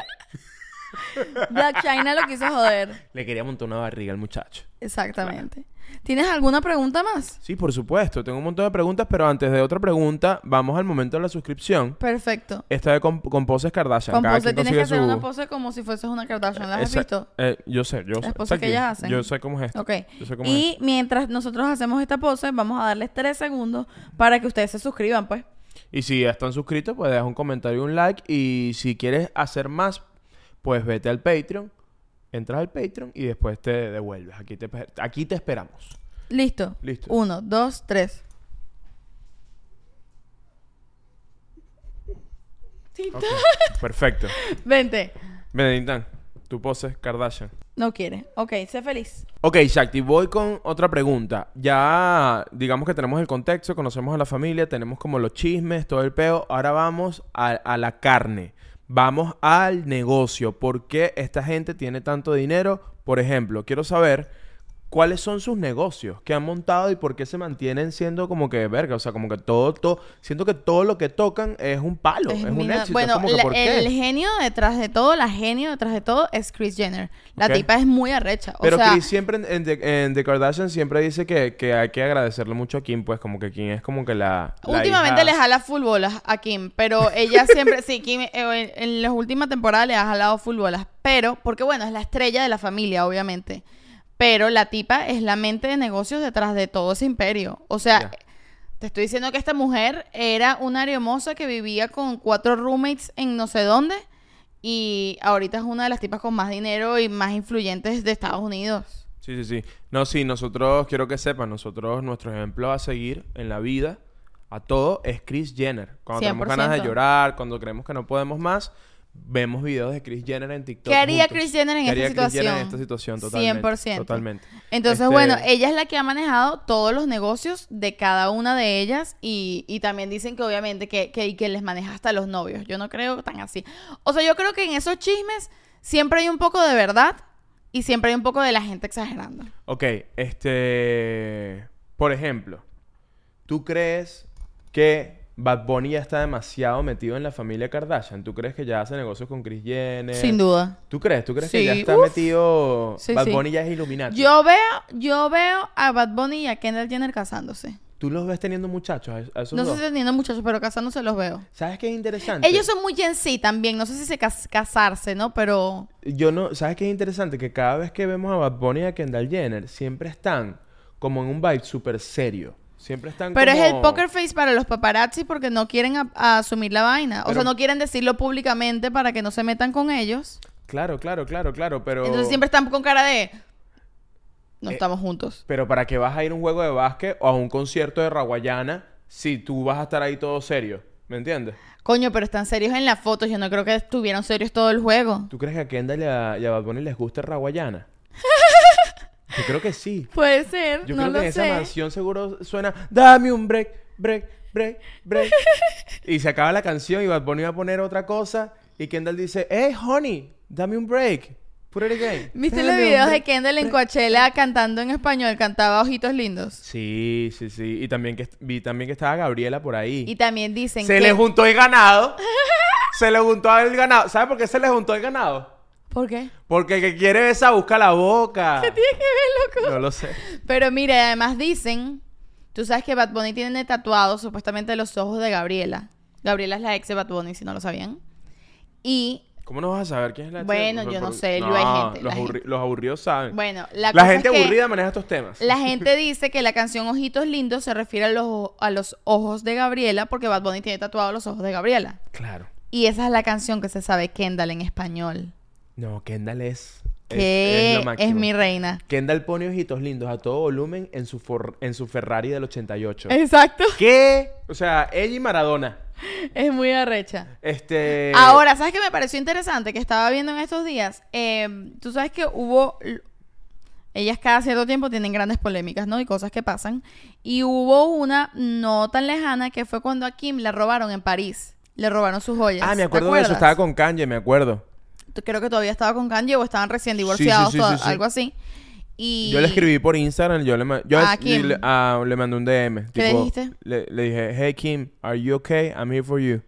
A: Black China lo quiso
B: [laughs]
A: joder.
B: Le quería montar una barriga al muchacho.
A: Exactamente. ¿Tienes alguna pregunta más?
B: Sí, por supuesto, tengo un montón de preguntas, pero antes de otra pregunta, vamos al momento de la suscripción.
A: Perfecto.
B: Esta de con, con poses Kardashian.
A: Con
B: cada
A: pose
B: quien
A: tienes que
B: consigue
A: hacer
B: su-
A: una pose como si fueses una Kardashian. ¿Las has
B: Esa-
A: visto?
B: eh, yo sé, yo sé.
A: Las poses
B: está
A: que
B: aquí.
A: ellas hacen.
B: Yo sé cómo es esto.
A: Ok.
B: Yo este. sé cómo es
A: Y mientras nosotros hacemos esta pose, vamos a darles tres segundos para que ustedes se suscriban, pues.
B: Y si ya están suscritos, pues deja un comentario y un like. Y si quieres hacer más, pues vete al Patreon. Entras al Patreon y después te devuelves. Aquí te, aquí te esperamos.
A: Listo.
B: Listo.
A: Uno, dos, tres.
B: Ok, Perfecto.
A: Vente.
B: Benedictán, tu pose Kardashian.
A: No quiere. Ok, sé feliz.
B: Ok, Shakti, voy con otra pregunta. Ya digamos que tenemos el contexto, conocemos a la familia, tenemos como los chismes, todo el peo. Ahora vamos a, a la carne. Vamos al negocio. ¿Por qué esta gente tiene tanto dinero? Por ejemplo, quiero saber cuáles son sus negocios que han montado y por qué se mantienen siendo como que verga. O sea, como que todo, todo siento que todo lo que tocan es un palo, es, un
A: mina-
B: éxito. es
A: Bueno,
B: como que,
A: la-
B: ¿por qué?
A: el genio detrás de todo, la genio detrás de todo es Chris Jenner. La
B: Ok.
A: tipa es muy arrecha. O
B: Pero
A: sea,
B: Chris siempre en, en The, en The Kardashian siempre dice que, que hay que agradecerle mucho a Kim, pues como que Kim es como que la... la
A: últimamente
B: hija-
A: le jala full bolas a Kim, pero ella siempre, sí, Kim eh, en, en las últimas temporadas le ha jalado full bolas, pero, porque bueno, es la estrella de la familia, obviamente, pero la tipa es la mente de negocios detrás de todo ese imperio. O sea,
B: Ya.
A: te estoy diciendo que esta mujer era una areomosa que vivía con cuatro roommates en no sé dónde y ahorita es una de las tipas con más dinero y más influyentes de Estados Unidos.
B: Sí, sí, sí. No, sí, nosotros, quiero que sepan, nosotros, nuestro ejemplo a seguir en la vida, a todo, es Chris Jenner. Cuando tenemos ganas de
A: 100%.
B: llorar, cuando creemos que no podemos más, vemos videos de Chris Jenner en TikTok.
A: ¿Qué haría
B: juntos.
A: Chris Jenner en
B: ¿Qué haría
A: esta
B: Kris Jenner en
A: situación?
B: esta situación? Totalmente.
A: 100%.
B: Totalmente.
A: Entonces,
B: Este-
A: bueno, ella es la que ha manejado todos los negocios de cada una de ellas y, y también dicen que obviamente que, que, y que les maneja hasta los novios. Yo no creo tan así. O sea, yo creo que en esos chismes siempre hay un poco de verdad y siempre hay un poco de la gente exagerando.
B: Ok, este... Por ejemplo, ¿tú crees que Bad Bunny ya está demasiado metido en la familia Kardashian? ¿Tú crees que ya hace negocios con Chris Jenner?
A: Sin duda.
B: ¿Tú crees? ¿Tú crees que
A: Sí,
B: ya está
A: uf.
B: metido...
A: Sí,
B: Bad
A: sí.
B: Bunny ya es Illuminati.
A: Yo veo, yo veo a Bad Bunny y a Kendall Jenner casándose.
B: ¿Tú los ves teniendo muchachos? a- a esos
A: No sé
B: dos?
A: si teniendo muchachos, pero casándose los veo.
B: ¿Sabes qué es interesante?
A: Ellos son muy Gen Z también. No sé si se cas- casarse, ¿no? Pero
B: Yo no... ¿Sabes qué es interesante? Que cada vez que vemos a Bad Bunny y a Kendall Jenner, siempre están como en un vibe súper serio. Siempre están
A: Pero es el
B: como-
A: poker face para los paparazzi porque no quieren a- a asumir la vaina. o
B: Pero-
A: sea, no quieren decirlo públicamente para que no se metan con ellos.
B: Claro, claro, claro, claro, pero...
A: Entonces siempre están con cara de... No
B: Eh,
A: estamos juntos.
B: Pero ¿para qué vas a ir a un juego de básquet o a un concierto de Raguayana si tú vas a estar ahí todo serio? ¿Me entiendes?
A: Coño, pero están serios en las fotos. Yo no creo que estuvieron serios todo el juego.
B: ¿Tú crees que a Kendall y a, y a Bad Bunny les
A: [laughs]
B: gusta Raguayana? Yo creo que sí.
A: Puede ser,
B: Yo
A: no
B: creo que
A: lo
B: en esa
A: sé.
B: mansión seguro suena Dame un break, break, break,
A: [laughs]
B: break. y se acaba la canción y Bad Bunny va a poner otra cosa y Kendall dice, hey, honey, dame un break. Put it again.
A: ¿Viste
B: Dame
A: los
B: un
A: videos de
B: break".
A: Kendall en Coachella cantando en español? Cantaba Ojitos Lindos.
B: Sí, sí, sí. Y también que, vi también que estaba Gabriela por ahí.
A: Y también dicen
B: Se
A: que...
B: le juntó el ganado. se le juntó el ganado. ¿Sabes por qué se le juntó el ganado?
A: ¿Por qué?
B: Porque el que quiere besa busca la boca.
A: Tiene que ver, loco.
B: No lo sé.
A: Pero mira, además dicen, tú sabes que Bad Bunny tiene tatuados supuestamente los ojos de Gabriela. Gabriela es la ex de Bad Bunny, si no lo sabían. Y
B: ¿Cómo no vas a saber quién es la chica?
A: Bueno,
B: Por-
A: yo no
B: por-
A: sé, yo hay gente,
B: Los,
A: la
B: aburri-
A: gente.
B: los aburridos saben.
A: bueno, la,
B: la
A: cosa
B: gente
A: es que
B: aburrida maneja estos temas.
A: La gente dice que la canción Ojitos Lindos se refiere a los, a los ojos de Gabriela porque Bad Bunny tiene tatuados los ojos de Gabriela.
B: Claro.
A: Y esa es la canción que se sabe Kendall en español.
B: No, Kendall es. es-
A: Que
B: lo
A: es,
B: máximo.
A: mi reina.
B: Kendall pone ojitos lindos a todo volumen en su, for- en su Ferrari del 88.
A: Exacto. [laughs]
B: ¿Qué? O sea, ella y Maradona.
A: Es muy arrecha.
B: Este.
A: Ahora, ¿sabes qué me pareció interesante? Que estaba viendo en estos días. Eh, Tú sabes que hubo. Ellas cada cierto tiempo tienen grandes polémicas, ¿no? Y cosas que pasan. Y hubo una no tan lejana que fue cuando a Kim la robaron en París. Le robaron sus joyas.
B: Ah, me
A: ¿Te
B: acuerdo de eso.
A: acuerdas?
B: Estaba con Kanye, me acuerdo.
A: T- Creo que todavía estaba con Kanye o estaban recién
B: sí,
A: divorciados,
B: sí, sí,
A: o
B: sí.
A: algo así. Y...
B: Yo le escribí por Instagram, yo le, ma- yo
A: ¿A
B: es-
A: Kim?
B: Le, ah, le mandé un DM.
A: ¿Qué le
B: tipo,
A: dijiste?
B: Le, le dije, hey Kim, are you okay? I'm here for you.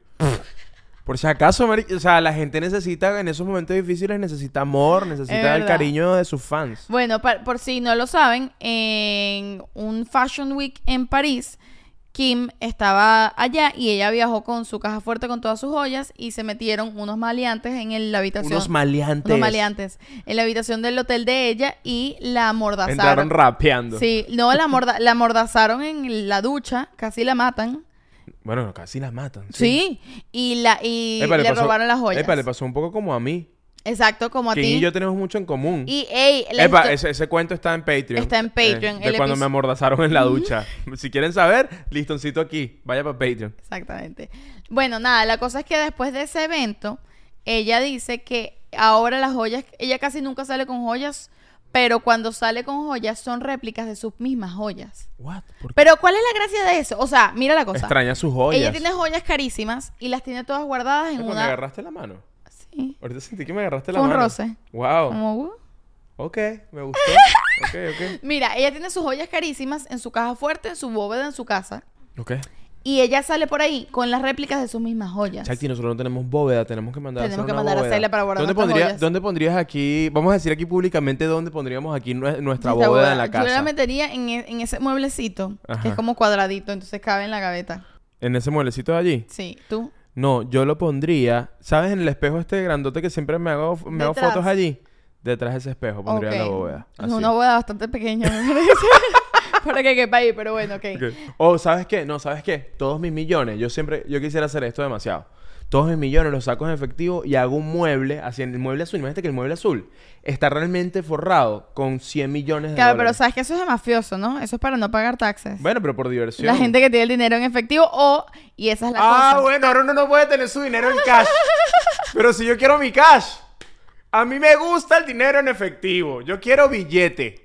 B: por si acaso, mari- o sea, la gente necesita, en esos momentos difíciles, necesita amor, necesita el
A: verdad.
B: cariño de sus fans.
A: Bueno, pa- por si no lo saben, en un Fashion Week en París, Kim estaba allá y ella viajó con su caja fuerte con todas sus joyas y se metieron unos maleantes en el- la habitación.
B: Unos maleantes.
A: unos maleantes En la habitación del hotel de ella y la amordazaron.
B: Entraron rapeando.
A: Sí, no, la, amorda- la amordazaron en la ducha, casi la matan.
B: Bueno, casi las matan.
A: Sí, y, la, y
B: Epa,
A: le,
B: pasó-
A: robaron las joyas.
B: Epa, le pasó un poco como a mí.
A: Exacto, como a
B: Kim
A: ti.
B: y yo tenemos mucho en común.
A: Y, ey, la
B: Epa,
A: histo-
B: ese, ese cuento está en Patreon. eh,
A: Está en Patreon,
B: de
A: el
B: cuando
A: episo-
B: me amordazaron en la ducha. si quieren saber, listoncito aquí. Vaya para Patreon.
A: Exactamente. Bueno, nada, la cosa es que después de ese evento, ella dice que ahora las joyas, ella casi nunca sale con joyas, pero cuando sale con joyas son réplicas de sus mismas joyas.
B: What? ¿Por qué?
A: Pero ¿cuál es la gracia de eso? O sea, mira la cosa.
B: Extraña sus joyas.
A: Ella tiene joyas carísimas y las tiene todas guardadas en
B: Epa, ¿Me
A: una...
B: agarraste la mano?
A: Sí.
B: Ahorita sentí que me agarraste la Oh.
A: Fue un
B: mano.
A: roce.
B: Wow.
A: Como, uh,
B: Ok,
A: [laughs]
B: me gustó. Ok, ok.
A: Mira, ella tiene sus joyas carísimas en su caja fuerte, en su bóveda, en su casa.
B: Ok.
A: Y ella sale por ahí con las réplicas de sus mismas joyas.
B: Chakti, nosotros no tenemos bóveda, tenemos que mandar
A: Tenemos
B: hacer
A: que
B: una
A: mandar a
B: bóveda.
A: hacerla para guardar
B: ¿Dónde,
A: nuestras
B: pondría-
A: joyas?
B: ¿Dónde pondrías aquí, vamos a decir aquí públicamente, dónde pondríamos aquí nue- nuestra
A: Nuestra
B: bóveda, en la casa?
A: Yo la metería en, e- en ese mueblecito, que es
B: Ajá.
A: como cuadradito, entonces cabe en la gaveta.
B: ¿En ese mueblecito de allí?
A: Sí, tú.
B: No, yo lo pondría, ¿sabes? En el espejo este grandote que siempre me hago, me hago
A: Detrás.
B: fotos allí. Detrás de ese espejo pondría
A: Ok.
B: la bóveda.
A: Es
B: Así.
A: una bóveda bastante pequeña,
B: [laughs]
A: me parece. [laughs] para que quepa ahí, pero bueno, ok.
B: Ok. O, ¿sabes qué? No, ¿sabes qué? Todos mis millones, yo siempre, yo quisiera hacer esto demasiado. Todos mis millones los saco en efectivo y hago un mueble, así en el mueble azul. Imagínate que el mueble azul está realmente forrado con 100 millones de
A: Claro, pero
B: dólares.
A: sabes que eso es de mafioso, ¿no? Eso es para no pagar taxes.
B: Bueno, pero por diversión.
A: La gente que tiene el dinero en efectivo o... Y esa es la
B: ah,
A: cosa.
B: bueno, ahora uno no puede tener su dinero en cash. pero si yo quiero mi cash, a mí me gusta el dinero en efectivo. Yo quiero billete.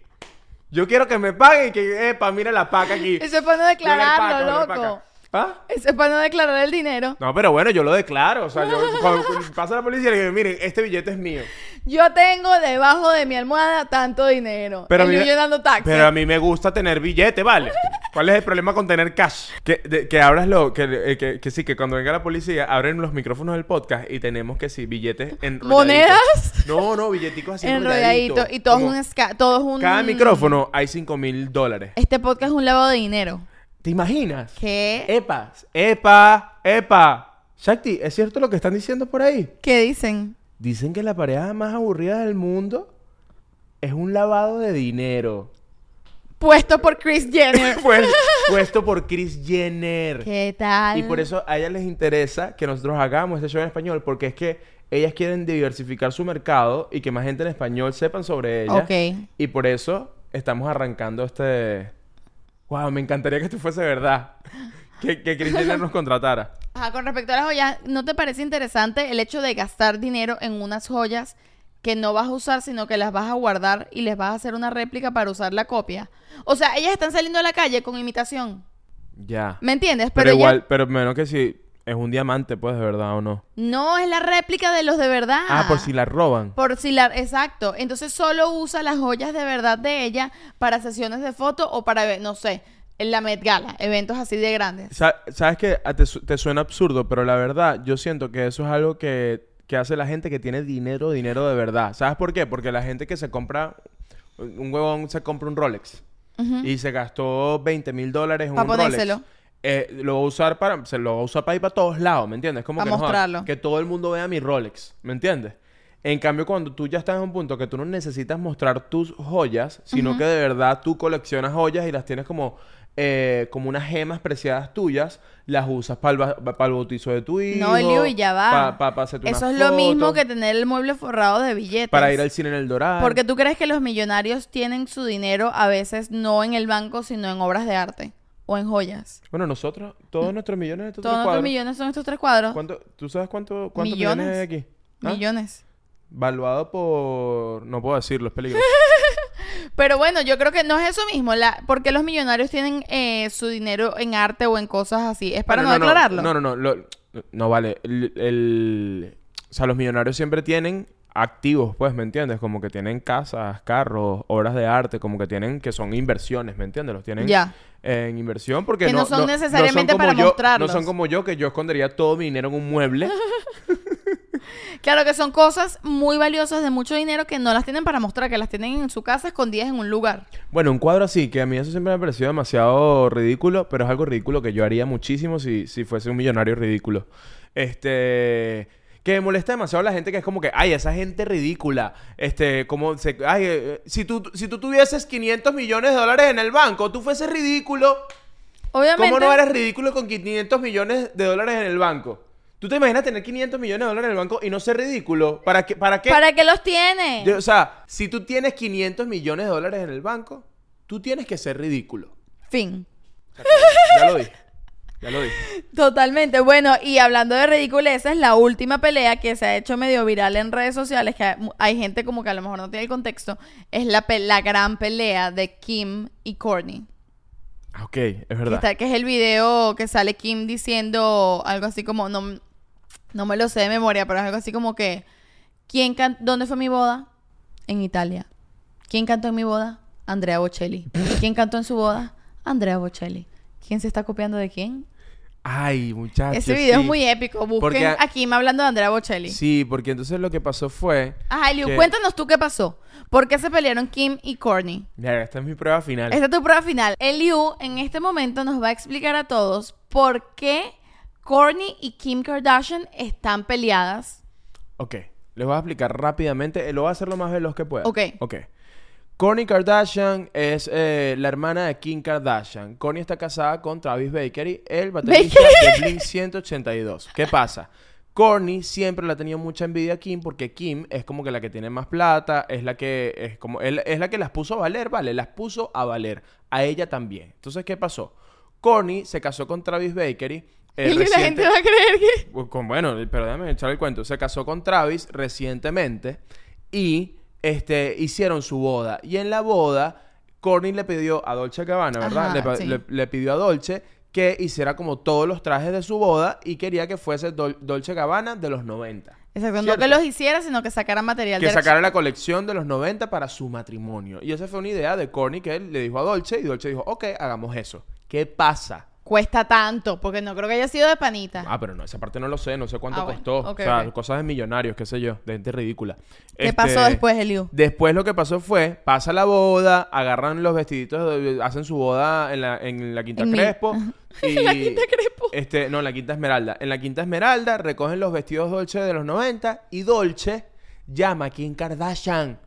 B: Yo quiero que me paguen y que, epa, mira la
A: [laughs]
B: paca aquí.
A: Eso es para no
B: Mira la paca,
A: declararlo,
B: mira la
A: loco.
B: paca. ¿Ah?
A: Eso es para no declarar el dinero.
B: No, pero bueno, yo lo declaro. O sea, yo cuando pasa la policía le digo, miren, este billete es mío.
A: Yo tengo debajo de mi almohada tanto dinero.
B: Pero
A: y
B: a, mí,
A: yo llenando taxes.
B: pero a mí me gusta tener billete, ¿vale? ¿Cuál es el problema con tener cash? Que, de- que abras lo, que, eh, que, que sí, que cuando venga la policía abren los micrófonos del podcast y tenemos que sí, billetes en
A: ¿Monedas?
B: No, no, billeticos así
A: enrolladito.
B: enrolladitos.
A: Y todo es
B: Como
A: un... esca- Todo es un...
B: Cada micrófono hay 5 mil dólares.
A: Este podcast es un lavado de dinero.
B: ¿Te imaginas?
A: ¿Qué?
B: Epa, epa, epa. Shakti, ¿es cierto lo que están diciendo por ahí?
A: ¿Qué dicen?
B: Dicen que la pareja más aburrida del mundo es un lavado de dinero.
A: Puesto por Chris Jenner.
B: [laughs] Pues- puesto por Chris Jenner.
A: [laughs] ¿Qué tal?
B: Y por eso a ellas les interesa que nosotros hagamos este show en español, porque es que ellas quieren diversificar su mercado y que más gente en español sepan sobre ellas.
A: Ok.
B: Y por eso estamos arrancando este... ¡Wow! Me encantaría que esto fuese verdad. Que, que Chris Jenner nos contratara.
A: Ajá, con respecto a las joyas, ¿no te parece interesante el hecho de gastar dinero en unas joyas que no vas a usar, sino que las vas a guardar y les vas a hacer una réplica para usar la copia? O sea, ellas están saliendo a la calle con imitación.
B: Ya.
A: ¿Me entiendes?
B: Pero,
A: ella-
B: igual, pero menos que si es un diamante, pues, de verdad o no.
A: No, es la réplica de los de verdad.
B: Ah, por si la roban.
A: Por si la... Exacto. Entonces solo usa las joyas de verdad de ella para sesiones de fotos o para, e, no sé, en la Met Gala, eventos así de grandes.
B: Sa- Sabes que a- te, su- te suena absurdo, pero la verdad, yo siento que eso es algo que, que hace la gente que tiene dinero, dinero de verdad. ¿Sabes por qué? Porque la gente que se compra, un huevón se compra un Rolex
A: Ujú.
B: y se gastó 20 mil dólares en
A: Pa'
B: un Rolex.
A: ponérselo.
B: eh, lo va a usar para, se lo va a usar para ir para todos lados, ¿me entiendes? Como
A: Pa'
B: que, no jodas,
A: mostrarlo.
B: que todo el mundo vea mi Rolex, ¿me entiendes? En cambio, cuando tú ya estás en un punto que tú no necesitas mostrar tus joyas, sino que de verdad tú coleccionas joyas y las tienes como, eh, como unas gemas preciadas tuyas, las usas para el, bautizo de tu hijo.
A: No, Eliu, y ya va.
B: pa- pa- pa' hacerte una
A: Eso es lo mismo
B: foto,
A: que tener el mueble forrado de billetes.
B: Para ir al cine en El Dorado.
A: Porque tú crees que los millonarios tienen su dinero a veces no en el banco, sino en obras de arte o en joyas.
B: Bueno, nosotros, todos nuestros millones de estos
A: Todos
B: tres
A: nuestros
B: cuadros,
A: millones son estos tres cuadros.
B: ¿cuánto- ¿Tú sabes cuánto, cuántos millones,
A: ¿Ah? Millones.
B: hay aquí? ¿Ah?
A: Millones.
B: Valuado por... No puedo decirlo, es peligroso.
A: Pero bueno, yo creo que no es eso mismo. La, porque los millonarios tienen eh, su dinero en arte o en cosas así. Es [laughs] para
B: Bueno,
A: no, declararlo.
B: No, no, no. lo- no vale. El, el- o sea, los millonarios siempre tienen activos, pues, ¿me entiendes? Como que tienen casas, carros, obras de arte, como que tienen, que son inversiones, ¿me entiendes? Los tienen
A: Ya.
B: en inversión porque
A: Que no son necesariamente
B: como
A: para
B: yo-
A: mostrarlos.
B: No son como yo, que yo escondería todo mi dinero en un mueble.
A: [laughs] Claro que son cosas muy valiosas de mucho dinero que no las tienen para mostrar, que las tienen en su casa escondidas en un lugar.
B: Bueno, un cuadro así, que a mí eso siempre me ha parecido demasiado ridículo, pero es algo ridículo que yo haría muchísimo si, si fuese un millonario ridículo. Este. Que me molesta demasiado a la gente que es como que, ay, esa gente ridícula. Este, como se. Ay, eh, si tú, si tú tuvieses 500 millones de dólares en el banco, tú fueses ridículo.
A: Obviamente.
B: ¿Cómo no eres ridículo con 500 millones de dólares en el banco? ¿Tú te imaginas tener 500 millones de dólares en el banco y no ser ridículo? ¿Para qué? ¿Para qué?
A: ¿Para qué los tiene?
B: Yo- o sea, si tú tienes 500 millones de dólares en el banco, tú tienes que ser ridículo.
A: Fin.
B: Se acabó. ya lo dije. Ya lo dije.
A: Totalmente. Bueno, y hablando de ridiculeces, la última pelea que se ha hecho medio viral en redes sociales, que hay, hay gente como que a lo mejor no tiene el contexto, es la, pe- la gran pelea de Kim y Courtney.
B: Ah, Ok, es
A: Que,
B: verdad.
A: está- que es el video que sale Kim diciendo algo así como, no, no me lo sé de memoria, pero es algo así como que, ¿quién can- ¿dónde fue mi boda? En Italia. ¿Quién cantó en mi boda? Andrea
B: [laughs]
A: Bocelli. ¿Quién cantó en su boda? Andrea Bocelli. ¿Quién se está copiando de quién?
B: Ay, muchachos.
A: Ese video
B: Ah, sí.
A: es muy épico. Busquen
B: Porque a-
A: aquí me hablando de Andrea Bocelli.
B: Sí, porque entonces lo que pasó fue.
A: Ajá, Eliu,
B: que-
A: cuéntanos tú qué pasó. ¿Por qué se pelearon Kim y Courtney?
B: Mira, esta es mi prueba final.
A: Esta es tu prueba final. Eliu en este momento nos va a explicar a todos por qué Courtney y Kim Kardashian están peleadas.
B: Ok, les voy a explicar rápidamente. eh, Lo voy a hacer lo más veloz que pueda.
A: Ok.
B: Ok. Kourtney Kardashian es eh, la hermana de Kim Kardashian. Kourtney está casada con Travis Bakery, el baterista de Blink 182. ¿Qué pasa? Kourtney siempre le ha tenido mucha envidia a Kim porque Kim es como que la que tiene más plata, es la que es como él- es la que las puso a valer, vale, las puso a valer a ella también. Entonces, ¿qué pasó? Kourtney se casó con Travis Bakery.
A: [laughs]
B: eh,
A: y la gente
B: reciente-
A: va a creer que...
B: Pues, con- bueno, pero déjame echar el cuento. Se casó con Travis recientemente y este, hicieron su boda. Y en la boda, Courtney le pidió a Dolce Gabbana, ¿verdad?
A: Ajá,
B: le, pa-
A: sí.
B: le- le pidió a Dolce que hiciera como todos los trajes de su boda y quería que fuese Dol- Dolce Gabbana de los 90.
A: Exacto, no
B: ¿Cierto?
A: que los hiciera, sino que sacaran material
B: Que
A: del
B: sacara la colección de los 90 para su matrimonio. Y esa fue una idea de Courtney que él le dijo a Dolce y Dolce dijo, ok, hagamos eso. ¿Qué pasa?
A: archivo. Cuesta tanto, porque no creo que haya sido de panita.
B: Ah, pero no, esa parte no lo sé, no sé cuánto
A: Ah, bueno.
B: costó.
A: Ok,
B: o sea,
A: ok.
B: cosas de millonarios, qué sé yo, de gente ridícula.
A: ¿Qué
B: Este,
A: pasó después, Eliu?
B: Después lo que pasó fue, pasa la boda, agarran los vestiditos, de- hacen su boda en la, en la Quinta
A: En mi-
B: Crespo.
A: [laughs]
B: y,
A: La Quinta Crespo.
B: Este, no, en la Quinta Esmeralda. En la Quinta Esmeralda recogen los vestidos Dolce de los 90 y Dolce llama a Kim Kardashian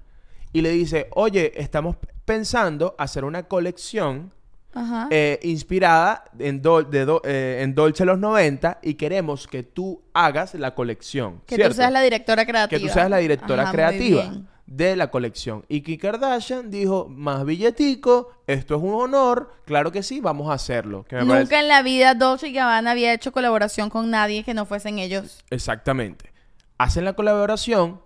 B: y le dice, oye, estamos pensando hacer una colección
A: Ajá.
B: eh, inspirada en, Dol- de Do- eh, en Dolce los 90 y queremos que tú hagas la colección.
A: que
B: ¿cierto?
A: tú seas la directora creativa.
B: Que tú seas la directora
A: Ajá, muy
B: creativa
A: bien.
B: de la colección. Y Kim Kardashian dijo, más billetico, esto es un honor, claro que sí, vamos a hacerlo. Que me
A: Nunca
B: parece-
A: en la vida Dolce y Gabbana había hecho colaboración con nadie que no fuesen ellos.
B: Exactamente. Hacen la colaboración.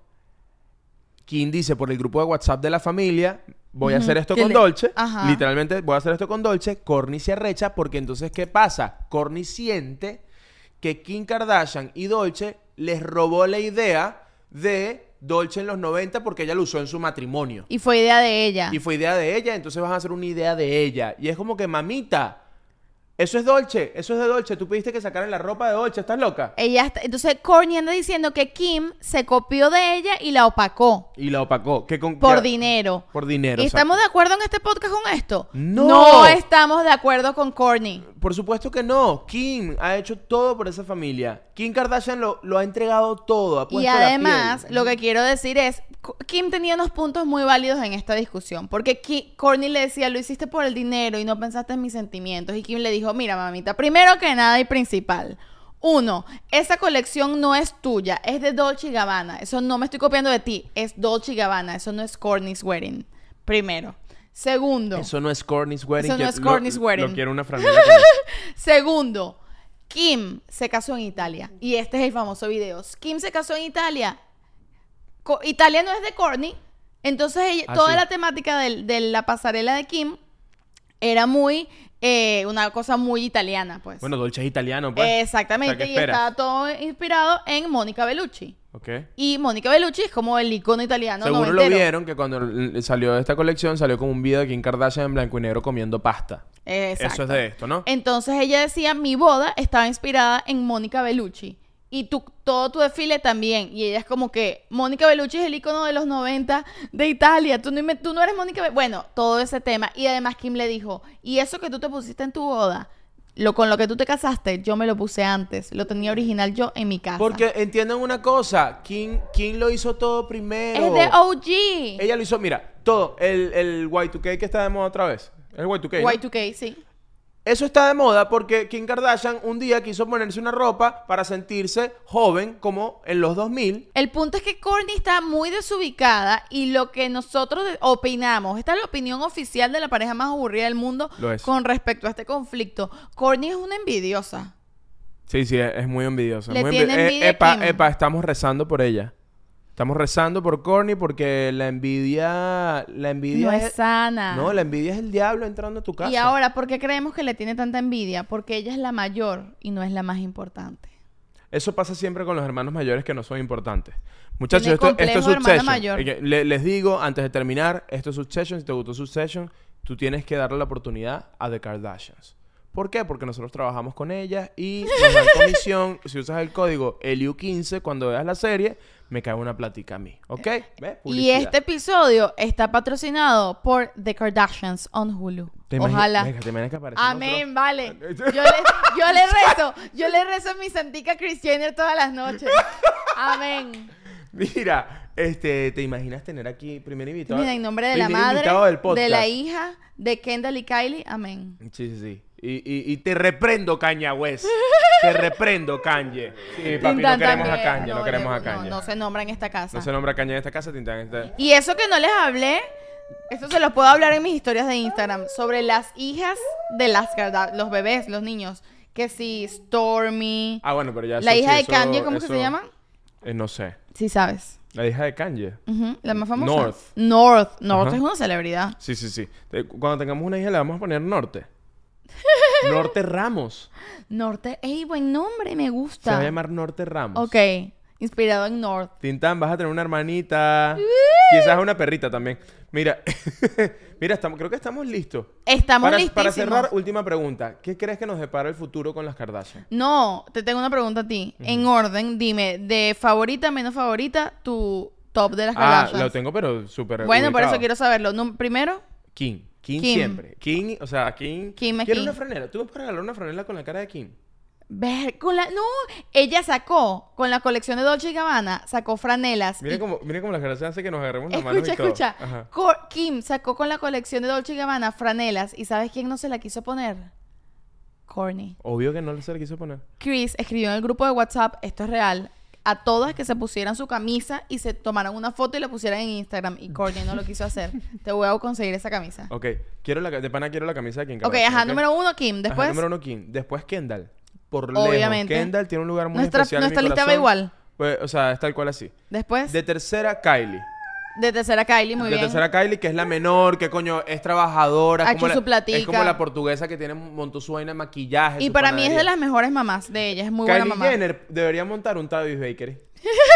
B: Kim dice por el grupo de WhatsApp de la familia, voy a
A: Ujú,
B: hacer esto
A: que
B: con
A: le-
B: Dolce.
A: Ajá.
B: Literalmente voy a hacer esto con Dolce. Corny se arrecha porque entonces ¿qué pasa? Corny siente que Kim Kardashian y Dolce les robó la idea de Dolce en los 90 porque ella lo usó en su matrimonio.
A: Y fue idea de ella.
B: Y fue idea de ella, entonces vas a hacer una idea de ella. Y es como que, mamita, eso es Dolce, eso es de Dolce. Tú pediste que sacaran la ropa de Dolce, ¿estás loca?
A: Ella está- Entonces, Courtney anda diciendo que Kim se copió de ella y la opacó
B: Y la opacó. Que con,
A: por
B: que-
A: dinero.
B: Por dinero.
A: ¿Y
B: exacto.
A: estamos de acuerdo en este podcast con esto?
B: ¡No!
A: estamos de acuerdo con Courtney.
B: Por supuesto que no. Kim ha hecho todo por esa familia. Kim Kardashian lo, lo ha entregado todo. Ha
A: Y
B: puesto la
A: además,
B: piel.
A: lo que quiero decir es, Co- Kim tenía unos puntos muy válidos en esta discusión, porque Ki- Courtney le decía, lo hiciste por el dinero y no pensaste en mis sentimientos, y Kim le dijo, mira mamita, primero que nada y principal, uno, esa colección no es tuya, es de Dolce y Gabbana, eso no me estoy copiando de ti, es Dolce y Gabbana, eso no es Courtney's Wedding, primero. Segundo,
B: Eso no es Corny's Wedding.
A: Eso no
B: que-
A: es Kourtney's
B: lo-
A: Wedding.
B: Lo quiero una franela con eso.
A: Segundo, Kim se casó en Italia. Y este es el famoso video. Kim se casó en Italia. Co- Italia no es de Courtney. Entonces, ella-
B: Ah,
A: toda
B: sí.
A: la temática del- de la pasarela de Kim era muy. eh, una cosa muy italiana, pues.
B: Bueno, Dolce es italiano, pues.
A: Exactamente.
B: o sea, ¿qué
A: y
B: esperas?
A: estaba todo inspirado en Mónica Bellucci.
B: Ok.
A: Y Mónica Bellucci es como el icono italiano.
B: Seguro lo
A: noventero.
B: vieron que cuando l- salió de esta colección salió como un video de Kim Kardashian en blanco y negro comiendo pasta.
A: Exacto.
B: Eso es de esto, ¿no?
A: Entonces ella decía, mi boda estaba inspirada en Mónica Bellucci. Y tu, todo tu desfile también. Y ella es como que, Mónica Bellucci es el icono de los 90 de Italia. Tú no, inven- tú no eres Mónica Bellucci. Bueno, todo ese tema. Y además Kim le dijo, y eso que tú te pusiste en tu boda, lo con lo que tú te casaste, yo me lo puse antes. Lo tenía original yo en mi casa.
B: Porque entiendan una cosa, Kim, Kim lo hizo todo primero.
A: es de OG.
B: Ella lo hizo, mira, todo. El, el Y2K que está de moda otra vez. El Y2K. ¿no?
A: Y2K, sí.
B: Eso está de moda porque Kim Kardashian un día quiso ponerse una ropa para sentirse joven como en los 2000.
A: El punto es que Courtney está muy desubicada y lo que nosotros de- opinamos, esta es la opinión oficial de la pareja más aburrida del mundo
B: Lo es.
A: con respecto a este conflicto. Courtney es una envidiosa.
B: Sí, sí, es, es muy envidiosa.
A: Le
B: muy
A: tiene
B: envi- eh,
A: envidia a
B: epa,
A: Kim.
B: epa, estamos rezando por ella. Estamos rezando por Courtney porque la envidia... La envidia
A: No es sana.
B: No, la envidia es el diablo entrando a tu casa.
A: y ahora, ¿por qué creemos que le tiene tanta envidia? Porque ella es la mayor y no es la más importante.
B: Eso pasa siempre con los hermanos mayores que no son importantes. Muchachos,
A: Tiene
B: esto, esto es
A: complejo de hermana
B: Succession.
A: mayor.
B: Y que le- les digo, antes de terminar, esto es Succession. Si te gustó Succession, tú tienes que darle la oportunidad a The Kardashians. ¿Por qué? Porque nosotros trabajamos con ellas y nos
A: [laughs]
B: dan comisión. si usas el código ELIU15 cuando veas la serie, me cae una platica a mí. ¿Ok? ¿Ves?
A: Eh, Y
B: Publicidad.
A: este episodio está patrocinado por The Kardashians on Hulu.
B: ¿Te imagi-
A: Ojalá.
B: Venga, te imaginas que aparecemos
A: Amén, vale. Yo
B: nosotros?
A: le, yo le rezo, yo le rezo a mi santica Kris Jenner todas las noches. Amén.
B: Mira, este, ¿te imaginas tener aquí primer invitado?
A: Mira, en nombre de la
B: primer
A: madre,
B: invitado del podcast?
A: de la hija, de Kendall y Kylie, amén.
B: Sí, sí, sí. Y, y- y te reprendo, Kanye West. te reprendo, Kanye. Sí, papi, no
A: Tintán
B: queremos a
A: también.
B: Kanye, no,
A: No,
B: queremos a
A: no,
B: Kanye.
A: No,
B: No,
A: se nombra en esta casa.
B: se nombra Kanye en esta casa, Tintán. Está...
A: Y eso que no les hablé, eso se los puedo hablar en mis historias de Instagram, sobre las hijas de las Kardashian, los bebés, los niños. Que si Stormy,
B: Ah, bueno, pero ya
A: la
B: eso
A: hija
B: sí,
A: de
B: eso-
A: Kanye, ¿cómo que
B: eso-
A: se llama?
B: Eh, no sé.
A: Sí sabes.
B: La hija de Kanye.
A: Ujú, La más famosa.
B: North.
A: North. North
B: Ajá.
A: es una celebridad.
B: Sí, sí, sí. Eh, cu- Cuando tengamos una hija le vamos a
A: [laughs]
B: poner Norte. Norte Ramos.
A: Norte. ¡Ey, buen nombre! Me
B: Se va
A: gusta.
B: a llamar Norte Ramos.
A: Ok. Inspirado en North.
B: Tintán, vas a tener una
A: Uh.
B: hermanita. Quizás una perrita también. Mira, [laughs] mira, estamos, creo que estamos listos.
A: Estamos
B: para,
A: listísimos.
B: para cerrar, última pregunta. ¿Qué crees que nos depara el futuro con las Kardashian?
A: No, te tengo una pregunta a ti. En orden, dime, de favorita, menos favorita, tu top de las
B: Ah,
A: Kardashians.
B: lo tengo, pero súper.
A: Bueno, por
B: ubicado.
A: eso quiero saberlo. Num- primero,
B: Kim. Kim.
A: Kim.
B: siempre. Kim, o sea, Kim.
A: Kim es
B: Quiero
A: Kim.
B: una franela. ¿Tú me puedes regalar una franela con la cara de Kim?
A: ver, con la... No, ella sacó, con la colección de Dolce y Gabbana, sacó franelas.
B: Miren
A: y-
B: cómo, miren cómo las Kardashian hace que nos agarremos las manos.
A: Escucha,
B: y todo.
A: escucha.
B: Ajá.
A: Co- Kim sacó con la colección de Dolce y Gabbana franelas. ¿Y sabes quién no se la quiso poner? Corny.
B: Obvio que no se le quiso poner.
A: Chris escribió en el grupo de WhatsApp, esto es real, a todas que se pusieran su camisa y se tomaran una foto y la pusieran en Instagram. Y Courtney no lo quiso
B: [laughs]
A: hacer. Te voy a conseguir esa camisa.
B: Ok, quiero la, ca- de pana quiero la camisa de Kim.
A: Ok,
B: Kardashian,
A: ajá,
B: ¿ok?
A: número uno, Kim.
B: Ajá,
A: Después,
B: número uno, Kim. Después Kendall. Por
A: Obviamente.
B: lejos. Kendall tiene un lugar muy
A: nuestra,
B: especial
A: nuestra
B: en mi
A: lista va
B: corazón.
A: igual.
B: Pues, o sea, es tal cual así.
A: Después,
B: De
A: de,
B: tercera, Kylie.
A: tercera, Kylie, muy
B: la
A: bien.
B: tercera Kylie, que es la menor, que coño, es trabajadora.
A: Ha
B: es como
A: hecho
B: la,
A: su platica.
B: Es como la portuguesa que tiene, montó su vaina de maquillaje.
A: y
B: su
A: para mí es de
B: panadería.
A: las mejores mamás de ella. Es muy buena
B: Kylie
A: mamá.
B: Jenner debería montar un Tavis Bakery.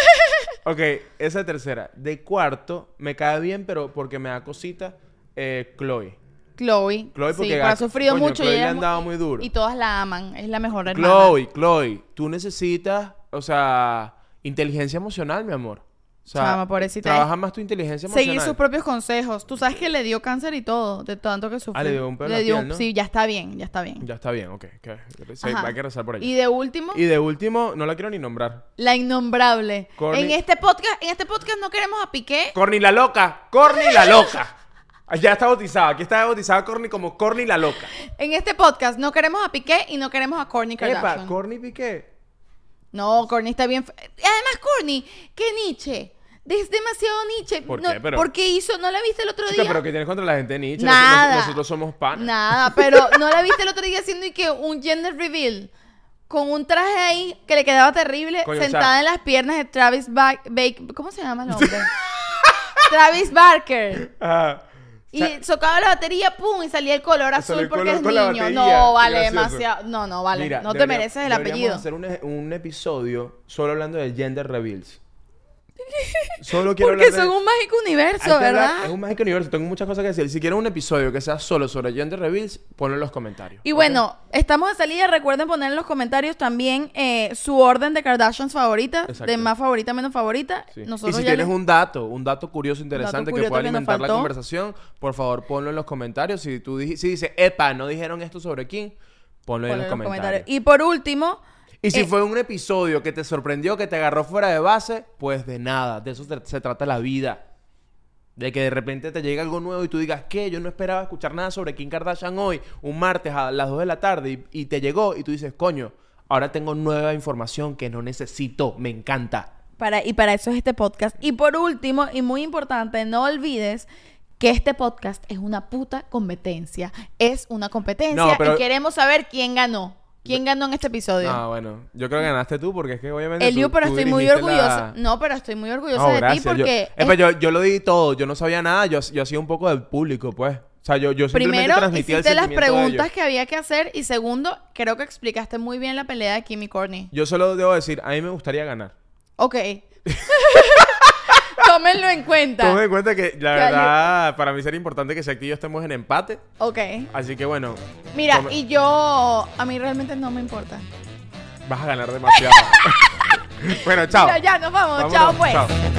A: [laughs]
B: ok, esa es tercera. De cuarto, me cae bien, pero porque me da cosita, eh, Chloe.
A: Chloe.
B: Chloe porque
A: sí,
B: ga-
A: ha sufrido
B: coño,
A: mucho. y
B: Chloe
A: ella
B: le
A: es
B: han
A: mu-
B: dado muy duro.
A: Y todas la aman. Es la mejor hermana.
B: Chloe, Chloe, tú necesitas, o sea, inteligencia emocional, mi amor. O sea,
A: Chama, pobrecita. eh.
B: trabaja más tu inteligencia emocional.
A: Seguir sus propios consejos. Tú sabes que le dio cáncer y todo, de tanto que sufrió.
B: Ah, le dio un pelo en la piel, ¿no?
A: Sí, ya está bien, ya está bien.
B: Ya está bien, ok. que- se-
A: Ajá.
B: hay que rezar por
A: Y
B: ella.
A: de último,
B: Y de último, no la quiero ni nombrar.
A: la innombrable.
B: Corny-
A: En este podcast, en este podcast no queremos a Piqué.
B: Corny la loca, Corny la loca. Ah, Ya está bautizada, aquí está bautizada Corny como Corny la loca.
A: En este podcast no queremos a Piqué y no queremos a Corny Kardashian.
B: Epa, Corny Piqué.
A: no, Corny está bien. fe- Además, Corny, que Nietzsche. Es demasiado Nietzsche.
B: ¿Por
A: No,
B: qué? Pero-
A: Porque hizo, ¿no la viste el otro
B: Chica,
A: día?
B: pero ¿qué tienes contra la gente de Nietzsche? Nos-
A: Nada.
B: nos- Nosotros somos panas.
A: Nada, pero ¿no la viste el otro día haciendo y que un gender reveal? Con un traje ahí que le quedaba terrible,
B: Coño, o sea-
A: sentada en las piernas de Travis ba Bake- ¿Cómo se llama el hombre? Travis Barker.
B: Ajá. [laughs] O
A: Y
B: sea,
A: tocaba la batería, pum, y salía el color azul
B: Salió el
A: porque
B: color
A: es
B: con la
A: niño.
B: batería,
A: No, vale,
B: gracioso.
A: demasiado. No, no, vale.
B: mira,
A: no te
B: debería-
A: mereces el
B: deberíamos
A: apellido.
B: hacer un, e- un episodio solo hablando de
A: [laughs]
B: gender reveals. Solo quiero
A: Porque
B: hablar de...
A: son un mágico
B: Hay
A: universo,
B: que hablar-
A: ¿verdad?
B: Es un mágico universo. Tengo muchas cosas que decir. Si quieren un episodio que sea solo sobre gender reveals, ponlo en los comentarios.
A: Y
B: ¿ok?
A: bueno, estamos de salida. Recuerden poner en los comentarios también eh, su orden de Kardashians favorita, de
B: Exacto.
A: más favorita, menos favorita.
B: Sí.
A: Nosotros
B: y si
A: ya
B: tienes
A: les-
B: un dato, un dato curioso, interesante
A: curioso
B: que
A: que
B: pueda
A: nos
B: alimentar la
A: faltó.
B: conversación, por favor ponlo en los comentarios. Si tú dij- si dice, epa, no dijeron esto sobre quién, ponlo, ahí en
A: Ponlo
B: los comentarios.
A: Y por último,
B: Y, si
A: eh,
B: fue un episodio que te sorprendió, que te agarró fuera de base, pues de nada, de eso se, se trata la vida. De que de repente te llegue algo nuevo y tú digas, ¿qué? Yo no esperaba escuchar nada sobre Kim Kardashian hoy, un martes a las 2 de la tarde, y, y te llegó y tú dices, coño, ahora tengo nueva información que no necesito, me encanta.
A: para, y para eso es este podcast. Y por último, y muy importante, no olvides que este podcast es una puta competencia. Es una competencia
B: No, pero-
A: y queremos saber quién ganó. ¿Quién ganó en este episodio?
B: Ah, bueno, yo creo que ganaste tú porque es que obviamente.
A: Eliu,
B: tú-
A: pero
B: tú
A: estoy muy
B: dirigiste la-
A: orgullosa. No, pero estoy muy orgullosa
B: No,
A: de ti
B: gracias, yo-
A: porque...
B: Epa, Yo, yo, lo di todo, yo no sabía nada, yo, yo hacía un poco del público, pues. O sea, yo, yo simplemente
A: Primero,
B: transmitía el
A: hiciste las
B: sentimiento de ellos.
A: preguntas que había que hacer. Y segundo, creo que explicaste muy bien la pelea de Kim y Courtney.
B: Yo solo debo decir, a mí me gustaría ganar. [laughs]
A: Ok. [laughs] Tómenlo en
B: Tomen
A: cuenta.
B: en cuenta que,
A: Ya,
B: la
A: yo-
B: verdad, para mí sería importante que Seki y yo estemos en empate.
A: Ok.
B: Así que, bueno,
A: Mira,
B: Tome-
A: y yo... A mí realmente no me importa. [laughs]
B: vas a ganar demasiado. bueno, chao.
A: Mira, ya, nos vamos.
B: Vámonos,
A: chao, pues.
B: chao.